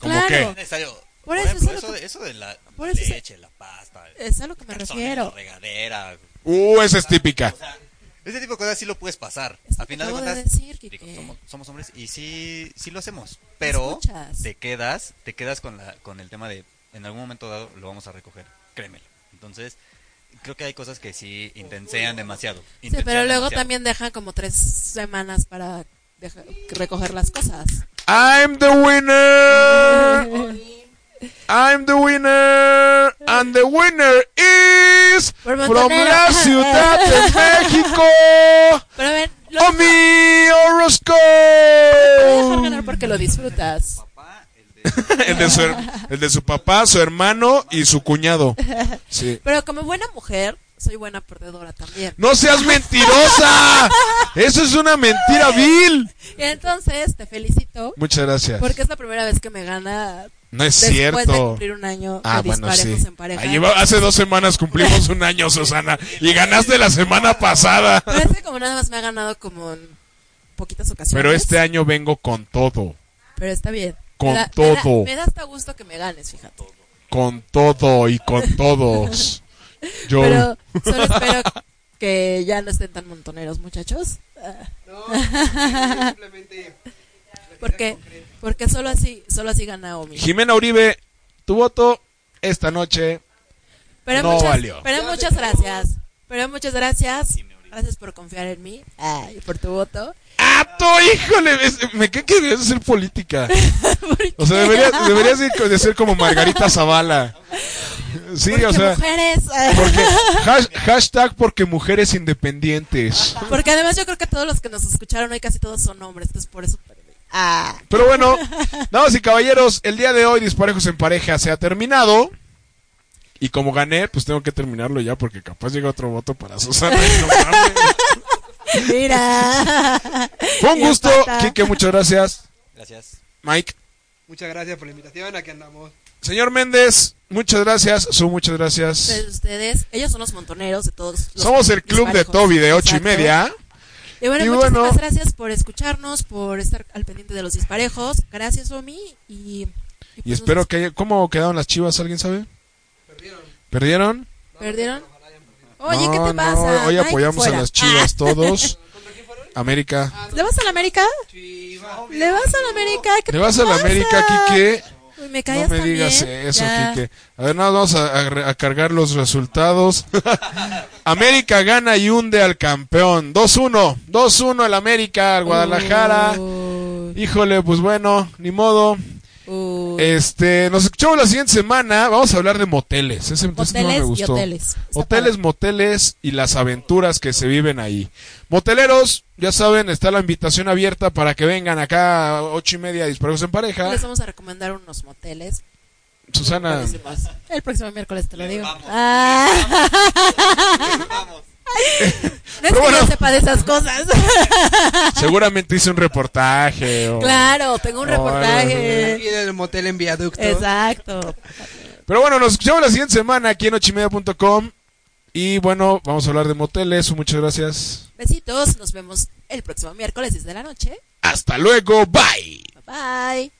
[SPEAKER 2] ¿Cómo
[SPEAKER 5] Es
[SPEAKER 3] claro,
[SPEAKER 5] necesario.
[SPEAKER 3] Por
[SPEAKER 5] Por,
[SPEAKER 3] eso es
[SPEAKER 5] ejemplo,
[SPEAKER 3] a lo
[SPEAKER 5] eso,
[SPEAKER 3] que-
[SPEAKER 5] de, eso de la
[SPEAKER 3] por
[SPEAKER 5] la
[SPEAKER 3] eso es a-
[SPEAKER 5] leche, la pasta, el
[SPEAKER 3] es a lo que me
[SPEAKER 5] calzón en la
[SPEAKER 3] refiero.
[SPEAKER 5] regadera.
[SPEAKER 2] uh, esa es típica.
[SPEAKER 5] O sea, ese tipo de cosas sí lo puedes pasar.
[SPEAKER 3] Es lo
[SPEAKER 5] Al
[SPEAKER 3] que
[SPEAKER 5] final de
[SPEAKER 3] acabo de
[SPEAKER 5] cuentas,
[SPEAKER 3] decir, Quique.
[SPEAKER 5] digo, somos, somos hombres y sí, sí lo hacemos. Pero
[SPEAKER 3] escuchas.
[SPEAKER 5] te quedas, te quedas con, la, con el tema de en algún momento dado lo vamos a recoger. Créemelo. Entonces, creo que hay cosas que sí intensean demasiado.
[SPEAKER 3] Sí,
[SPEAKER 5] intensean
[SPEAKER 3] pero luego
[SPEAKER 5] demasiado.
[SPEAKER 3] también dejan como tres semanas para deja- recoger las cosas.
[SPEAKER 2] I'm the winner. I'm the winner. And the winner is
[SPEAKER 3] Por
[SPEAKER 2] from
[SPEAKER 3] Montonero.
[SPEAKER 2] la Ciudad de México.
[SPEAKER 3] Pero a ver, lo
[SPEAKER 2] ¡A Oh, mi
[SPEAKER 3] voy a dejar ganar
[SPEAKER 2] Orozco!
[SPEAKER 3] porque lo disfrutas.
[SPEAKER 2] El de, su, her- el de su papá, su hermano y su cuñado. Sí.
[SPEAKER 3] Pero como buena mujer, soy buena perdedora también.
[SPEAKER 2] ¡No seas mentirosa! ¡Eso es una mentira vil!
[SPEAKER 3] Y entonces te felicito
[SPEAKER 2] Muchas gracias.
[SPEAKER 3] porque es la primera vez que me gana
[SPEAKER 2] No es
[SPEAKER 3] después de
[SPEAKER 2] cierto.
[SPEAKER 3] cumplir un año
[SPEAKER 2] Ah,
[SPEAKER 3] de
[SPEAKER 2] bueno, sí.
[SPEAKER 3] disparejos en pareja.
[SPEAKER 2] Ah, lleva- hace dos semanas cumplimos un año, Susana. Y ganaste la semana pasada.
[SPEAKER 3] Pero es que como nada más me ha ganado como en poquitas ocasiones.
[SPEAKER 2] Pero este año vengo con todo.
[SPEAKER 3] Pero está bien.
[SPEAKER 2] Con
[SPEAKER 3] Me da- me da-
[SPEAKER 2] todo.
[SPEAKER 3] me da hasta gusto que me ganes, fíjate.
[SPEAKER 2] Con todo y con todos. Yo.
[SPEAKER 3] Pero solo espero que ya no estén tan montoneros, muchachos. Ah,
[SPEAKER 6] No, No, simplemente.
[SPEAKER 3] Porque, porque solo así, solo así gana Omi.
[SPEAKER 2] Jimena Uribe, tu voto esta noche.
[SPEAKER 3] Pero
[SPEAKER 2] No
[SPEAKER 3] muchas,
[SPEAKER 2] valió.
[SPEAKER 3] Pero muchas gracias. Pero muchas gracias. Gracias por confiar en mí. Ay, por tu voto.
[SPEAKER 2] ¡Ah, tú, híjole! Es- me cae que deberías hacer política.
[SPEAKER 3] Porque-
[SPEAKER 2] O sea, deberías, deberías de, de ser como Margarita Zavala. Sí,
[SPEAKER 3] porque
[SPEAKER 2] o sea,
[SPEAKER 3] mujeres.
[SPEAKER 2] porque hash- hashtag porque mujeres independientes.
[SPEAKER 3] Porque además yo creo que todos los que nos escucharon hoy casi todos son hombres, entonces por eso perdí. Ah.
[SPEAKER 2] Pero bueno, damas y caballeros, el día de hoy Disparejos en Pareja se ha terminado. Y como gané, pues tengo que terminarlo ya porque capaz llega otro voto para Susana. y no mames.
[SPEAKER 3] Mira.
[SPEAKER 2] Fue un
[SPEAKER 3] Y
[SPEAKER 2] gusto,
[SPEAKER 3] empata.
[SPEAKER 2] Kike, muchas gracias.
[SPEAKER 5] Gracias.
[SPEAKER 2] Mike.
[SPEAKER 6] Muchas gracias por la invitación. Aquí andamos.
[SPEAKER 2] Señor Méndez, muchas gracias. Su muchas gracias.
[SPEAKER 3] Pero ustedes, ellos son los montoneros de todos. los
[SPEAKER 2] Somos el club de
[SPEAKER 3] disparejos.
[SPEAKER 2] Toby de ocho y
[SPEAKER 3] Exacto.
[SPEAKER 2] media.
[SPEAKER 3] Y bueno,
[SPEAKER 2] Y
[SPEAKER 3] muchísimas
[SPEAKER 2] bueno.
[SPEAKER 3] gracias por escucharnos, por estar al pendiente de los disparejos. Gracias, Omi. Y, y
[SPEAKER 2] Y
[SPEAKER 3] pues
[SPEAKER 2] espero
[SPEAKER 3] nos
[SPEAKER 2] que haya- ¿Cómo quedaron las chivas? ¿Alguien sabe?
[SPEAKER 6] Perdieron.
[SPEAKER 2] ¿Perdieron?
[SPEAKER 3] ¿Perdieron? Oye,
[SPEAKER 2] No,
[SPEAKER 3] ¿qué te
[SPEAKER 2] no,
[SPEAKER 3] pasa?
[SPEAKER 2] Hoy
[SPEAKER 3] Ay,
[SPEAKER 2] apoyamos a
[SPEAKER 3] fuera.
[SPEAKER 2] las chivas todos. América.
[SPEAKER 3] Ah. ¿Le vas a la América?
[SPEAKER 6] Chivas.
[SPEAKER 3] ¿Le vas a la América? ¿Qué
[SPEAKER 2] ¿Le
[SPEAKER 3] te
[SPEAKER 2] vas a la
[SPEAKER 3] pasa?
[SPEAKER 2] América, Quique?
[SPEAKER 3] Uy, me
[SPEAKER 2] No
[SPEAKER 3] callas
[SPEAKER 2] me digas
[SPEAKER 3] también.
[SPEAKER 2] eso,
[SPEAKER 3] Ya.
[SPEAKER 2] Quique. A ver, nada, vamos a, a re- a cargar los resultados. América gana y hunde al campeón. 2-1. 2-1 el América al Guadalajara.
[SPEAKER 3] Uh. Uy,
[SPEAKER 2] Híjole, pues bueno, ni modo.
[SPEAKER 3] uy.
[SPEAKER 2] Este, nos escuchamos la siguiente semana. Vamos a hablar de moteles. Ese ese tema me
[SPEAKER 3] Hoteles y
[SPEAKER 2] gustó.
[SPEAKER 3] hoteles. Está
[SPEAKER 2] Hoteles, moteles y las aventuras que se viven ahí. Moteleros, ya saben, está la invitación abierta para que vengan acá a ocho y media disparos en pareja.
[SPEAKER 3] Les vamos a recomendar unos moteles.
[SPEAKER 2] Susana,
[SPEAKER 3] buenísimos. El próximo miércoles te lo digo.
[SPEAKER 5] vamos.
[SPEAKER 3] Ah. No es
[SPEAKER 2] Pero
[SPEAKER 3] que
[SPEAKER 2] bueno.
[SPEAKER 3] yo sepa de esas cosas.
[SPEAKER 2] seguramente hice un reportaje. o-
[SPEAKER 3] Claro, tengo un
[SPEAKER 2] Ahora,
[SPEAKER 3] reportaje.
[SPEAKER 6] Aquí en el motel en viaducto.
[SPEAKER 3] Exacto.
[SPEAKER 2] Pero bueno, nos escuchamos la siguiente semana aquí en ochimedia.com. Y bueno, vamos a hablar de moteles. Muchas gracias.
[SPEAKER 3] Besitos, nos vemos el próximo miércoles 10 de la noche.
[SPEAKER 2] Hasta luego. Bye.
[SPEAKER 3] Bye.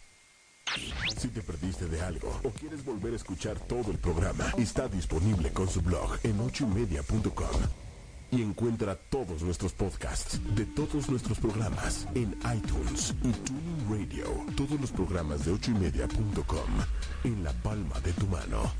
[SPEAKER 1] Si te perdiste de algo o quieres volver a escuchar todo el programa, está disponible con su blog en ochoymedia.com. Y encuentra todos nuestros podcasts de todos nuestros programas en iTunes y Tuning Radio. Todos los programas de ochoymedia.com en la palma de tu mano.